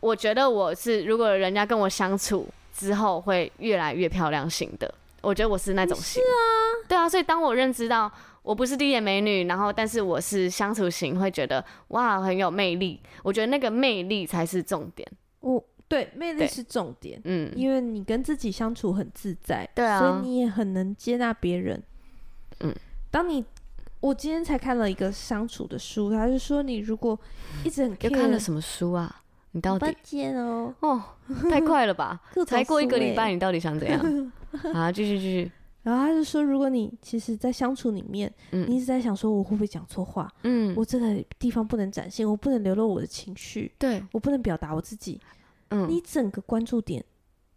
我觉得我是，如果人家跟我相处之后，会越来越漂亮型的。我觉得我是那种哦型，啊，对啊。所以当我认知到我不是第一眼美女，然后但是我是相处型，会觉得哇很有魅力。我觉得那个魅力才是重点。我对魅力对是重点，嗯因为你跟自己相处很自在，对啊所以你也很能接纳别人。嗯，当你我今天才看了一个相处的书，他就说你如果一直很又看了 care 什么书啊？你到底八戒哦，！哦，太快了吧各种才过一个书欸礼拜，你到底想 [laughs] 怎样？啊，继续继续，然后他就说，如果你其实，在相处里面，你一嗯直在想说我会不会讲错话，嗯，我这个地方不能展现，我不能流露我的情绪，对，我不能表达我自己，嗯，你整个关注点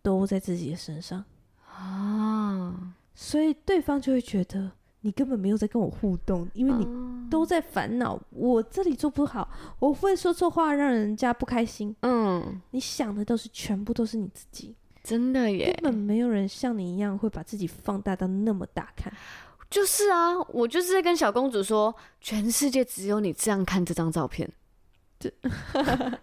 都在自己的身上，啊，所以对方就会觉得你根本没有在跟我互动，因为你哦都在烦恼，我这里做不好，我会说错话让人家不开心。嗯，你想的都是全部都是你自己，真的根耶，本没有人像你一样会把自己放大到那么大看。就是啊，我就是在跟小公主说，全世界只有你这样看这张照片， [laughs] 对，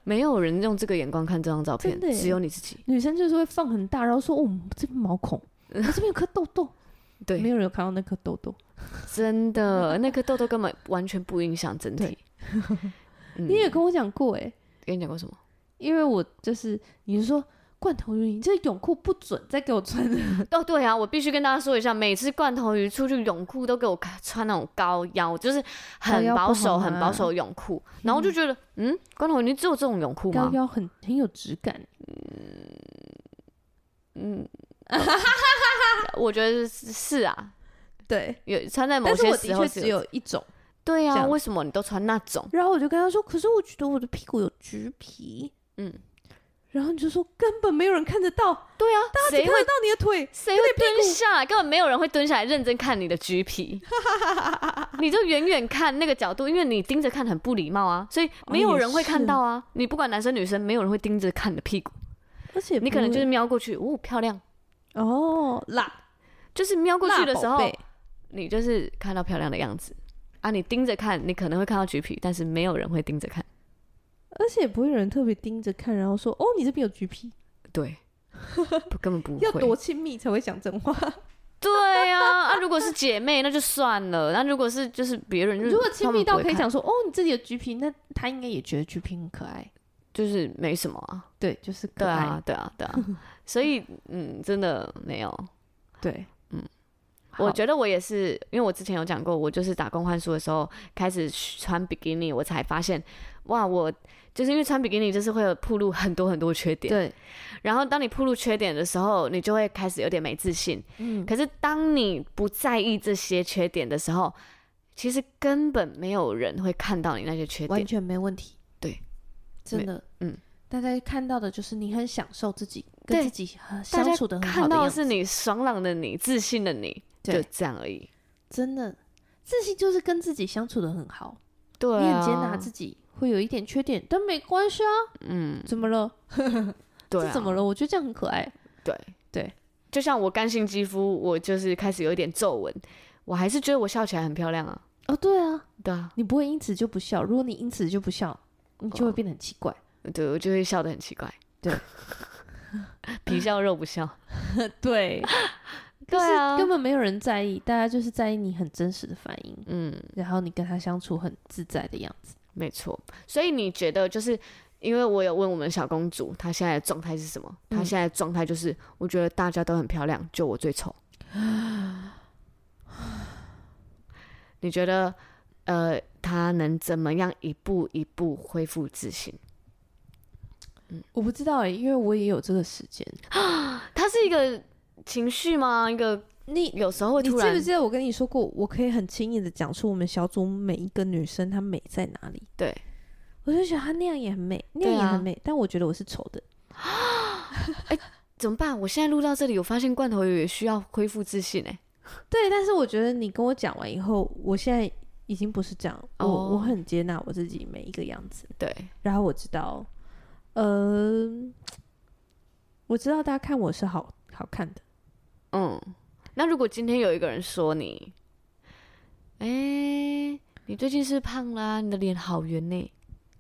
没有人用这个眼光看这张照片真的，耶只有你自己，女生就是会放很大，然后说：“哦，这边毛 [laughs] 孔，我这边有颗痘痘。”没对，有人有看到那颗痘痘，真的，那颗痘痘根本完全不影响整体对。 [laughs] 嗯你也跟我讲过哎、跟你讲过什么？因为我就是你是说罐头鱼，你这泳裤不准再给我穿了。 [laughs] 哦，对啊，我必须跟大家说一下，每次罐头鱼出去泳裤都给我穿那种高腰，就是高很腰不保守、好很吗保守的泳裤，然后我就觉得，嗯，罐头鱼你只有这种泳裤吗高？腰很很有质感，嗯，我觉得是是啊，对。有穿在某但是嗯些我的时候确是只有一种，对这啊，样为什么你都穿那种？然后我就跟他说：“可是我觉得我的屁股有橘皮。”嗯，然后你就说根本没有人看得到，对啊，只看谁会得到你的腿。谁会蹲下来？根本没有人会蹲下来认真看你的 [laughs] 橘皮，你就远远看那个角度，因为你盯着看很不礼貌啊，所以没有人会看到哦啊。你不管男生女生，没有人会盯着看你的屁股，而且你可能不就会是瞄过去，哦，漂亮，哦，辣就是瞄过去的时辣宝候，贝你就是看到漂亮的样子啊。你盯着看，你可能会看到橘皮，但是没有人会盯着看。而且不会有人特别盯着看，然后说：“哦，你这边有橘皮。 [laughs] 对，不根本不”要会。多亲密才会讲真话。 [laughs] 对啊，啊，如果是姐妹那就算了，那如果是就是别人，就是如果亲密到可以他们不会看，讲说：“哦，你这里有橘皮”，那他应该也觉得橘皮很可爱。就是没什么啊。对，就是可对爱。啊，对啊，对啊。所以嗯，真的没有。对，嗯，我我觉觉得我也是，因为我之前有讲过，我就是打工换宿的时候开始穿比基尼，我才发现，哇，我就是因为穿比基尼就是会有暴露很多很多缺得点。对，然后当你暴露缺点的时候，你就会开始有点没自信，嗯，可是当你不在意这些缺点的时候，其实根本没有人会看到你那些缺完点。全没问题。对，真的，嗯，大家看到的就是你很享受自己跟对自己呃大家相处的很好看的到样的子，是你爽朗的你，自信的你，就对，这样而已。真的，自信就是跟自己相处的很好，对、啊，你很接纳自己。会有一点缺点，但没关系啊。嗯，怎么了？对、这啊，怎么了？我觉得这样很可爱。对对，就像我干性肌肤，我就是开始有一点皱纹，我还是觉得我笑起来很漂亮啊。哦，对啊，对啊，你不会因此就不笑。如果你因此就不笑，你就会变得很奇怪。对我就会笑得很奇怪。对， [laughs] 皮笑肉不笑。对，对 [laughs] 啊，根本没有人在意，大家就是在意你很真实的反应，嗯，然后你跟他相处很自在的样子。没错，所以你觉得就是因为我有问我们小公主，她现在的状态是什么？她嗯现在的状态就是，我觉得大家都很漂亮，就我最 [gasps] 丑。你觉得，呃，她能怎么样一步一步恢复自信？我不知道哎、因为我也有这个时间。她是一个情绪吗？一个你有时候会你记突不然记得我跟你说过，我可以很轻易的讲出我们小组每一个女生她美在哪里？对，我就觉得她那样也很美，那对样也啊很美，但我觉得我是丑的。怎么办？我现在录到这里，我发现罐头鱼也需要恢复自信哎、对，但是我觉得你跟我讲完以后，我现在已经不是这样，我、哦我很接纳我自己每一个样子，对，然后我知道，呃，我知道大家看我是好好看的，嗯。那如果今天有一个人说你，哎、你最近是胖啦，你的脸好圆呢、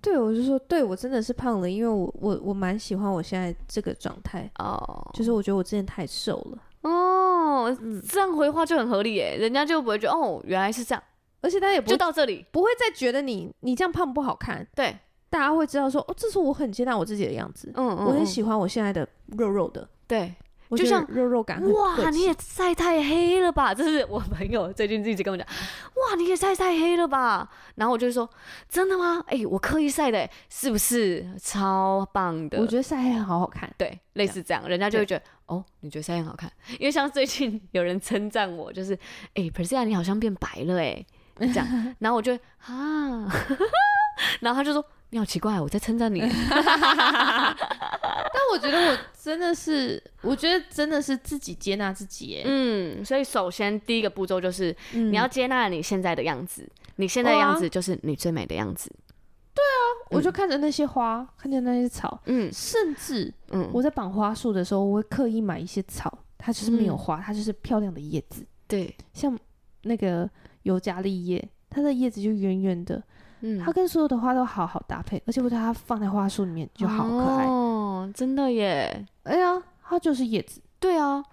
对我就说，对我真的是胖了，因为我我我蛮喜欢我现在这个状态，哦就是我觉得我之前太瘦了，哦，这样回话就很合理哎、人家就不会觉得哦，原来是这样，而且大家也不就到这里。不会再觉得你你这样胖不好看，对，大家会知道说，哦，这是我很接纳我自己的样子，嗯嗯，我很嗯喜欢我现在的肉肉的，对，我就觉得像肉肉感很哇，对你齐也晒太黑了吧？这是我朋友最近一直跟我讲，哇，你也晒太黑了吧？然后我就说，真的吗？哎、我刻意晒的、是不是超棒的？我觉得晒黑好好看。对，类似这样，人家就会觉得哦，你觉得晒很好看， [laughs] 因为像最近有人称赞我，就是哎、p e r s i a 你好像变白了哎、这 [laughs] 样，然后我就啊， [laughs] 然后他就说你好奇怪，我在称赞你， [laughs] 但我觉得我真的是，我觉得真的是自己接纳自己耶。嗯，所以首先第一个步骤就是嗯你要接纳你现在的样子，你现在的样对子就是你最美的样子，我就看着那些花，看着那些草，嗯甚至嗯，我在绑花束的时候，我会刻意买一些草，它就是没有嗯花，它就是漂亮的叶子，对，像那个尤加利叶，它的叶子就圆圆的，嗯，它跟所有的花都好好搭配，而且我觉得它放在花束里面就好可爱。哦，真的耶，哎呀，它就是叶子，对啊，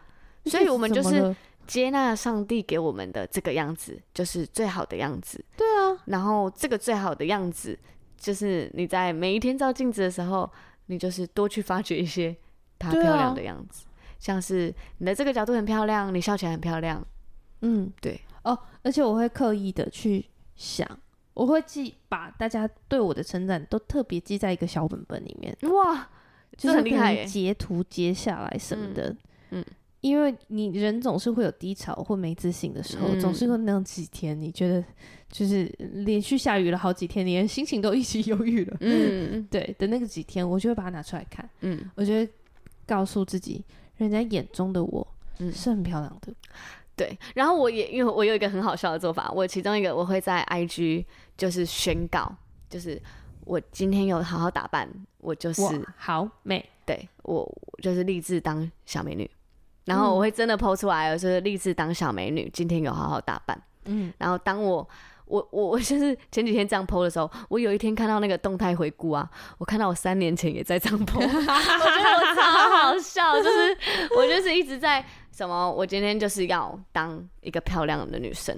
所以叶子我们就怎么是了接纳上帝给我们的这个样子，就是最好的样子。对啊，然后这个最好的样子，就是你在每一天照镜子的时候，你就是多去发掘一些它漂对啊亮的样子，像是你的这个角度很漂亮，你笑起来很漂亮。嗯，对哦，而且我会刻意的去想，我会记把大家对我的称赞都特别记在一个小本本里面，哇，就嗯这是很厉可能害耶欸截图截下来什么的。嗯因为你人总是会有低潮或没自信的时候，嗯总是会那样几天，你觉得就是连续下雨了好几天，你连心情都一起 [laughs] 忧郁了。嗯对的那个几天，我就会把它拿出来看，嗯，我就会告诉自己，人家眼中的我嗯是很漂亮的。对。然后我也因为我有一个很好笑的做法，我其中一个我会在 IG 就是宣告，就是我今天有好好打扮，我就是哇，好美，对我我就是立志当小美女，然后我会真的剖出来，我就是立志当小美女，今天有好好打扮。嗯，然后当我我我 [laughs] 我就是前几天这样剖的时候，我有一天看到那个动态回顾啊，我看到我三年前也在这样剖，我 [laughs] 觉得我超好笑，就是 [laughs] 我就是一直在什么，我今天就是要当一个漂亮的女生，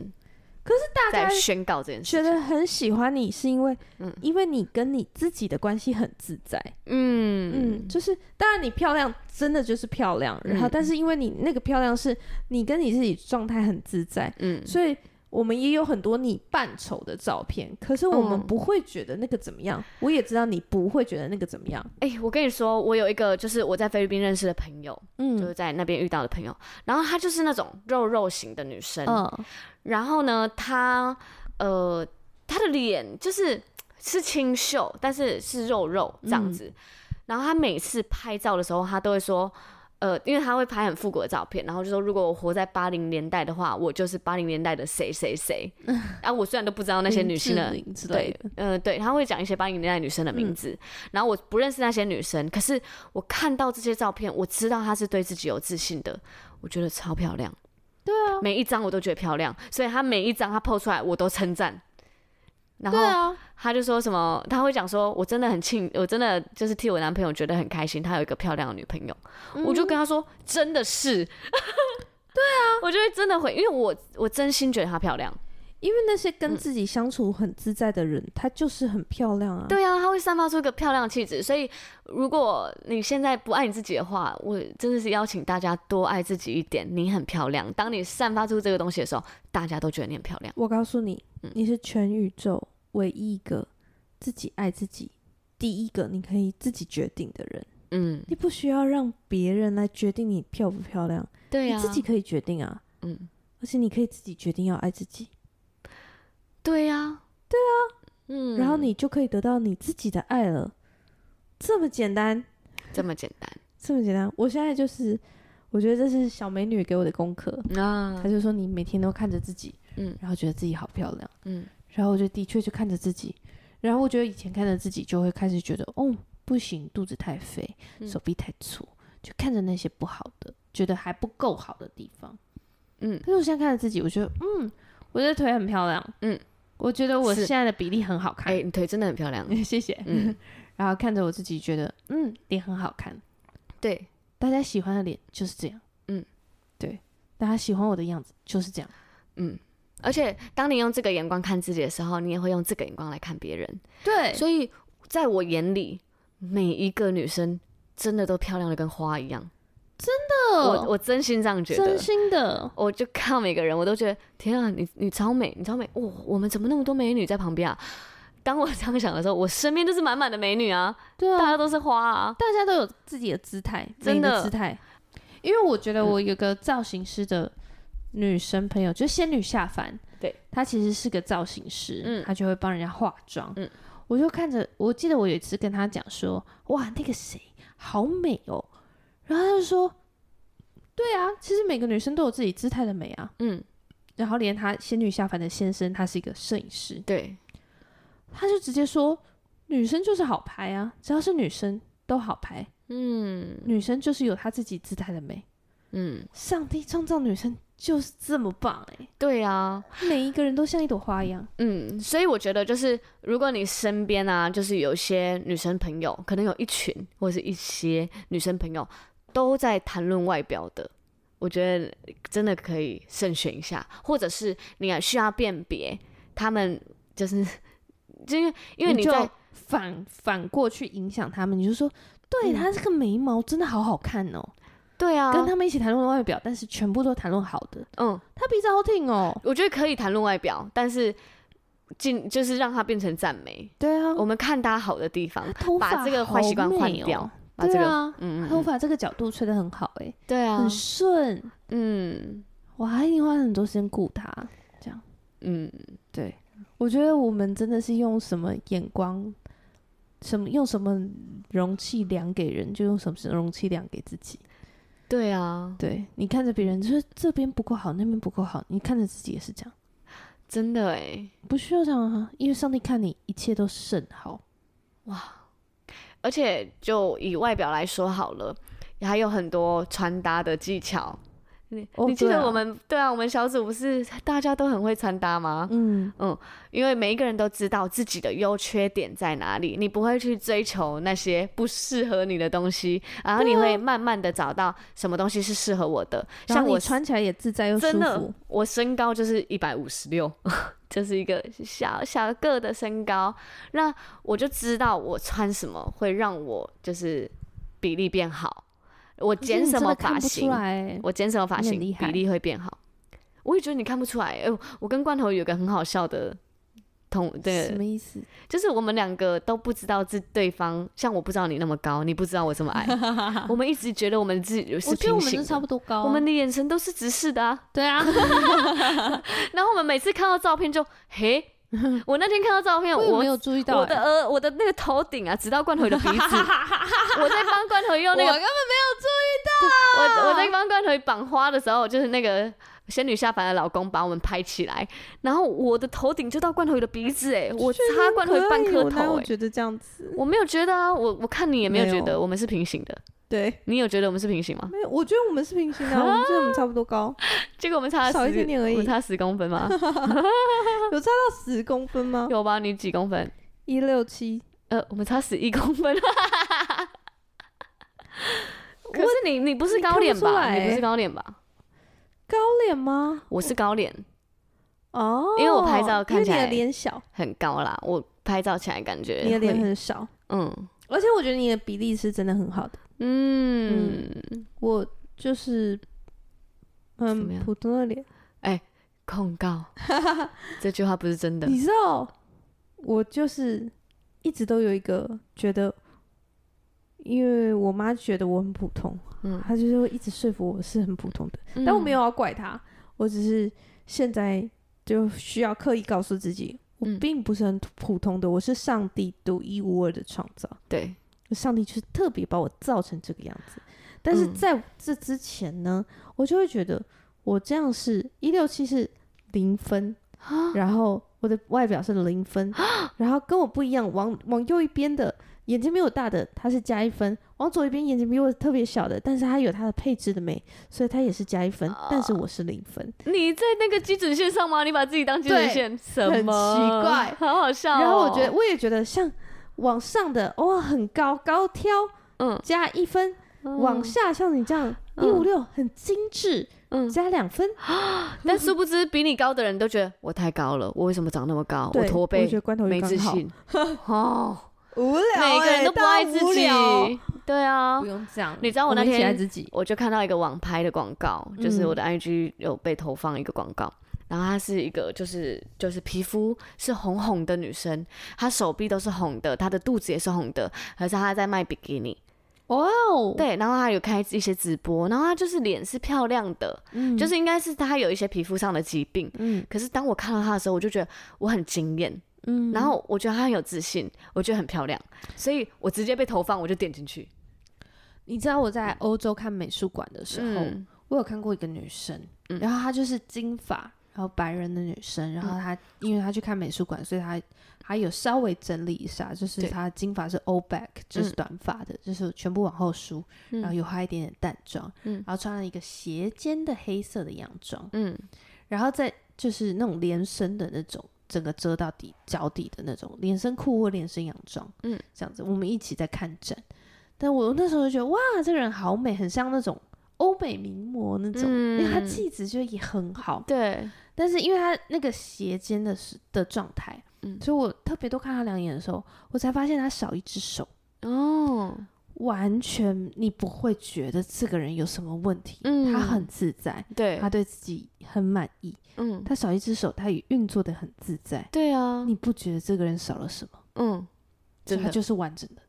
可是大家在宣告这件事觉情，得很喜欢你，是因为，嗯因为你跟你自己的关系很自在，嗯嗯，就是当然你漂亮，真的就是漂亮，然后嗯但是因为你那个漂亮是你跟你自己状态很自在，嗯所以我们也有很多你扮丑的照片，可是我们嗯不会觉得那个怎么样，我也知道你不会觉得那个怎么样，哎、我跟你说，我有一个就是我在菲律宾认识的朋友，就是嗯在那边遇到的朋友，然后她就是那种肉肉型的女生，嗯然后呢，她呃，她的脸就是是清秀，但是是肉肉嗯这样子，然后她每次拍照的时候，她都会说。呃，因为她会拍很复古的照片，然后就说如果我活在八零年代的话，我就是八零年代的谁谁谁。啊，我虽然都不知道那些女性的嗯林志玲之类对的，，嗯嗯、对，他会讲一些八零年代女生的名字，然后我不认识那些女生，可是我看到这些照片，我知道她是对自己有自信的，我觉得超漂亮，对啊，每一张我都觉得漂亮，所以她每一张她 PO 出来我都称赞，然对后啊，她就说什么，她会讲说，我真的很庆，我真的就是替我男朋友觉得很开心，他有一个漂亮的女朋友，嗯我就跟她说，真的是，对啊， [laughs] 我就会真的会，因为我我真心觉得她漂亮。因为那些嗯跟自己相处很自在的人，她就是很漂亮啊，对啊，它会散发出一个漂亮的气质。所以，如果你现在不爱你自己的话，我真的是邀请大家多爱自己一点。你很漂亮，当你散发出这个东西的时候，大家都觉得你很漂亮。我告诉你嗯，你是全宇宙唯一一个自己爱自己、第一个你可以自己决定的人。嗯，你不需要让别人来决定你漂不漂亮，嗯对呀、你自己可以决定啊。嗯，而且你可以自己决定要爱自己，对呀、对啊，嗯，然后你就可以得到你自己的爱了。这么简单，这么简单，这么简单。我现在就是，我觉得这是小美女给我的功课。啊她，就说你每天都看着自己，嗯然后觉得自己好漂亮，嗯，然后我就的确就看着自己，然后我觉得以前看着自己就会开始觉得，哦，不行，肚子太肥，嗯手臂太粗，就看着那些不好的，觉得还不够好的地方。嗯可是我现在看着自己，我觉得，嗯，我的腿很漂亮，嗯，我觉得我是现在的比例很好看哎、，你腿真的很漂亮， [laughs] 谢谢。嗯然后看着我自己，觉得，嗯，脸很好看，对，大家喜欢的脸就是这样，嗯，对，大家喜欢我的样子就是这样。嗯。而且，当你用这个眼光看自己的时候，你也会用这个眼光来看别人。对所以，在我眼里，每一个女生真的都漂亮的跟花一样。我我真心这样觉得哦真。心的，我就看每个人，我都觉得天啊，你你超美，你超美！哇、我们怎么那么多美女在旁边啊？ [laughs] 当我这样想的时候，我身边就是满满的美女啊，对大啊，家都是花啊。大家都有自己的姿态，真美的嗯姿态。因为我觉得我有个造型师的女生朋友，就是仙女下凡，对，她其实是个造型师，嗯她就会帮人家化妆，嗯我就看着，我记得我有一次跟她讲说，哇，那个谁好美哦，然后她就说，对啊，其实每个女生都有自己姿态的美啊，嗯，然后连她仙女下凡的先生，他是一个摄影师，对，他就直接说，女生就是好拍啊，只要是女生都好拍，嗯女生就是有她自己姿态的美。嗯，上帝创造女生就是这么棒哎、对啊，每一个人都像一朵花一样。嗯，所以我觉得就是，如果你身边啊，就是有一些女生朋友，可能有一群或者是一些女生朋友都在谈论外表的，我觉得真的可以慎选一下，或者是你也需要辨别他们就是，就因为因为你就在反反过去影响他们，你就说，对她这个眉毛真的好好看哦、对啊，跟他们一起谈论外表，但是全部都谈论好的，嗯，她鼻子好挺哦、我觉得可以谈论外表，但是尽就是让它变成赞美，对啊，我们看它好的地方，头发把这个坏习惯换掉好美哦把这对个、啊，嗯嗯头嗯，发这个角度吹的很好哎、对啊很，顺，嗯。我还定花很多时间顾她。嗯，对，我觉得我们真的是用什么眼光，什么用什么容器量给人，就用什么容器量给自己。对啊，对你看着别人，就是这边不够好，那边不够好，你看着自己也是这样，真的哎，不需要这样啊，因为上帝看你一切都甚好。而且就以外表来说好了，还有很多穿搭的技巧。你、哦你记对得啊我们对啊，我们小组不是大家都很会穿搭吗？嗯，因为每一个人都知道自己的优缺点在哪里，你不会去追求那些不适合你的东西，然后你会慢慢的找到什么东西是适合我的。啊然像后我你穿起来也自在又舒真的服。，我身高就是一百五十六，这是一个小小个的身高。那我就知道我穿什么会让我就是比例变好，我可是剪你什真的么发看不出型，来欸？我剪什么发你很型厉比害例会变好。我也觉得你看不出来。哎、我跟罐头有个很好笑的同什对么，意思？就是我们两个都不知道自对方，像我不知道你那么高，你不知道我这么 [laughs] 矮，我们一直觉得我们自己是我觉得平我们行都差的。不多高啊、我们的眼神都是直视的啊，对啊，然后我们每次看到照片就嘿，我那天看到照片，我也我没有注意到、欸。我的额我的那个头顶啊，直到罐头 [laughs] 的鼻子，我在帮罐头用那我啊个根本没有注意我我在帮罐头绑花的时候，就是那个仙女下凡的老公把我们拍起来，然后我的头顶就到罐头的鼻子、欸，哎，我擦罐啊头半颗头、欸，觉得这样子，我没有觉得啊，我我看你也没有没觉有得我们是平行的，对，你有觉得我们是平行吗？没有，我觉得我们是平行的啊，我们觉得我们差不多高，结果我们差了少一10点点而已我们差十公分吗？有差到十公分吗？有吧？你几公分？一六七，呃，我们差十一公分。 [laughs] 可是你你不是你看高脸不出吧？来你不欸是高脸吧？高脸吗？我是高脸，哦，因为我拍照看起来因为你的脸小，很高啦。我拍照起来感觉你的脸会很少，嗯而且我觉得你的比例是真的很好的。嗯，我就是，怎么嗯，样普通的脸，控告 [laughs] 这句话不是真的。你知道，我就是一直都有一个觉得，因为我妈觉得我很普通，嗯她就是会一直说服我是很普通的。但我没有要怪他，我只是现在就需要刻意告诉自己，我嗯并不是很普通的，我是上帝独一无二的创造，对，上帝就是特别把我造成这个样子，但是嗯在这之前呢，我就会觉得我这样是一六七是零分，啊然后我的外表是零分，然后跟我不一样，往往右一边的眼睛比我大的，他是加一分；往左一边眼睛比我特别小的，但是他有他的配置的美，所以他也是加一分，啊但是我是零分。你在那个基准线上吗？你把自己当基准对线，什么？很奇怪好好笑、哦。然后我觉得，我也觉得像往上的哇、很高高挑嗯，加一分，嗯往，下像你这样一嗯五六很精致嗯，加两分，但殊不知比你高的人都觉得我太高了，我为什么长那么高？对驼我觉背，得关头鱼没刚自好， [laughs] 信。哦，无 [laughs] 聊每个人欸都不大爱家自无己聊。对啊不，用这样，你知道我我那们一起天爱自己，我就看到一个网拍的广告，就是嗯我的 IG 有被投放一个广告，然后她是一个就是就是皮肤是红红的女生，她手臂都是红的，她的肚子也是红的，可是她在卖比基尼，哇哦，对，然后她有开一些直播，然后她就是脸是漂亮的，嗯，就是应该是她有一些皮肤上的疾病。嗯可是当我看到她的时候，我就觉得我很惊艳，嗯，然后我觉得她很有自信，我觉得很漂亮，所以我直接被投放，我就点进去。你知道我在欧洲看美术馆的时候，嗯我有看过一个女生，嗯然后她就是金发，然后白人的女生，然后她、因为她去看美术馆，所以她她有稍微整理一下，就是对她金发是 all back，就是嗯短发的，就是全部往后梳，然后有化一点点淡妆，嗯然后穿了一个斜肩的黑色的洋装，嗯然后再就是那种连身的那种。整个遮到底脚底的那种连身裤或连身洋装，嗯嗯，这样子，我们一起在看展。但我那时候就觉得，哇，这个人好美，很像那种欧美名模那种，因为他嗯气质就也很好。对，但是因为他那个斜肩的时的状态，嗯所以我特别多看他两眼的时候，我才发现他少一只手，哦，完全你不会觉得这个人有什么问题，嗯他很自在，对他，对自己很满意，嗯，他少一只手，他也运作的很自在，对啊，你不觉得这个人少了什么？嗯，所以真他的，就是完整的，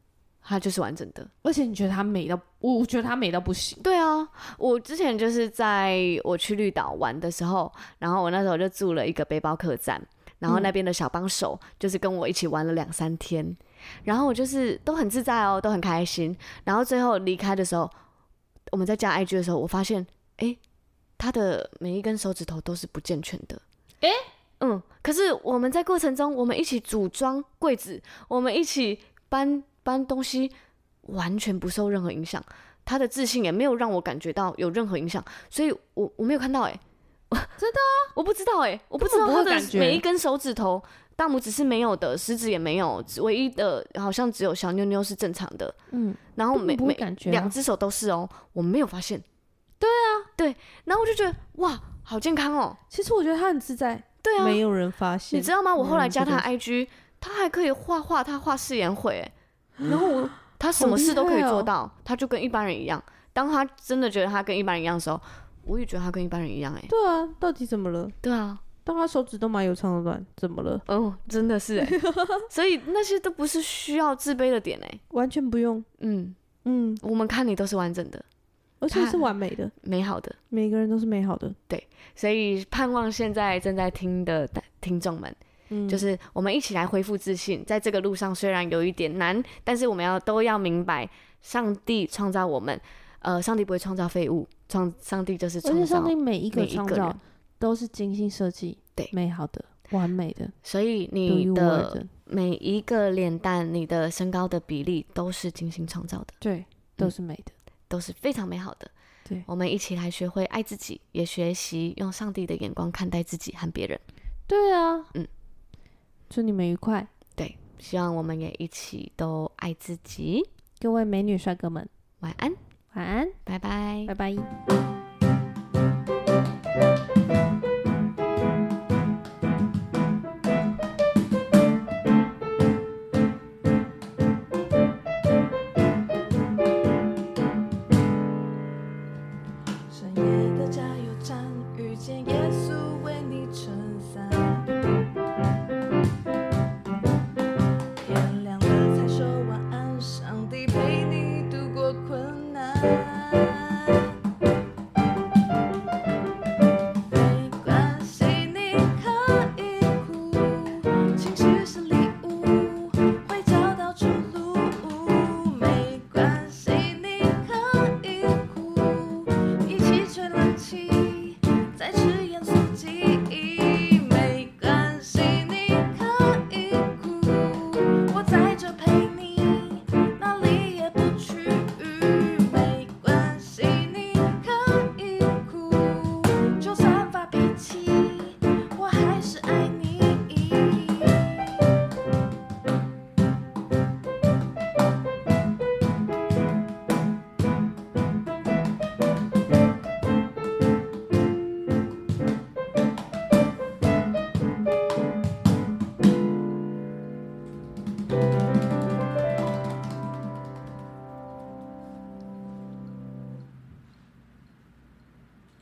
他就是完整的。而且你觉得他美到，我我觉得他美到不行。对啊，我之前就是在我去绿岛玩的时候，然后我那时候就住了一个背包客栈，然后那边的小帮手就是跟我一起玩了两三天，然后我就是都很自在哦，都很开心。然后最后离开的时候，我们在加 IG 的时候，我发现，诶，他的每一根手指头都是不健全的，诶嗯，可是我们在过程中，我们一起组装柜子，我们一起搬搬东西，完全不受任何影响。他的自信也没有让我感觉到有任何影响，所以我我没有看到哎、欸， [laughs] 真的、啊， [laughs] 我不知道哎、我不知道根本不他会的感觉每一根手指头，大拇指是没有的，食指也没有，只唯一的好像只有小妞妞是正常的，嗯，然后根本每不会每感觉啊两只手都是哦、我没有发现，对啊，对，然后我就觉得哇，好健康哦、其实我觉得他很自在，对啊，没有人发现。你知道吗？我没后来人加知他道 IG，他还可以画画，他画誓言会、欸，然后 [laughs] 我他什好么厉事都可以害做哦到，他就跟一般人一样。当他真的觉得他跟一般人一样的时候，我也觉得他跟一般人一样、欸，哎，对啊，到底怎么了？对啊，但他手指都蛮有长的短，怎么了？哦，真的是、 [laughs] 欸，所以那些都不是需要自卑的点、欸，哎，完全不用，嗯，嗯，我们看你都是完整的、而且他是完美的，美好的，每个人都是美好的，所以盼望现在正在听的听众们，嗯，就是我们一起来恢复自信。在这个路上虽然有一点难，但是我们要都要明白，上帝创造我们，呃，上帝不会创造废物，创上帝就是而创且上造帝。每一个每一创个造人都是精心设计，对美好的、完美的，所以独一你无二的的，每一个脸蛋、你的身高的比例都是精心创造的，对，都是美的，都是非常美好的。对我们一起来学会爱自己，也学习用上帝的眼光看待自己和别人。对啊，嗯，祝你们愉快，对，希望我们也一起都爱自己。各位美女帅哥们，晚安，晚安，拜拜拜。拜。深夜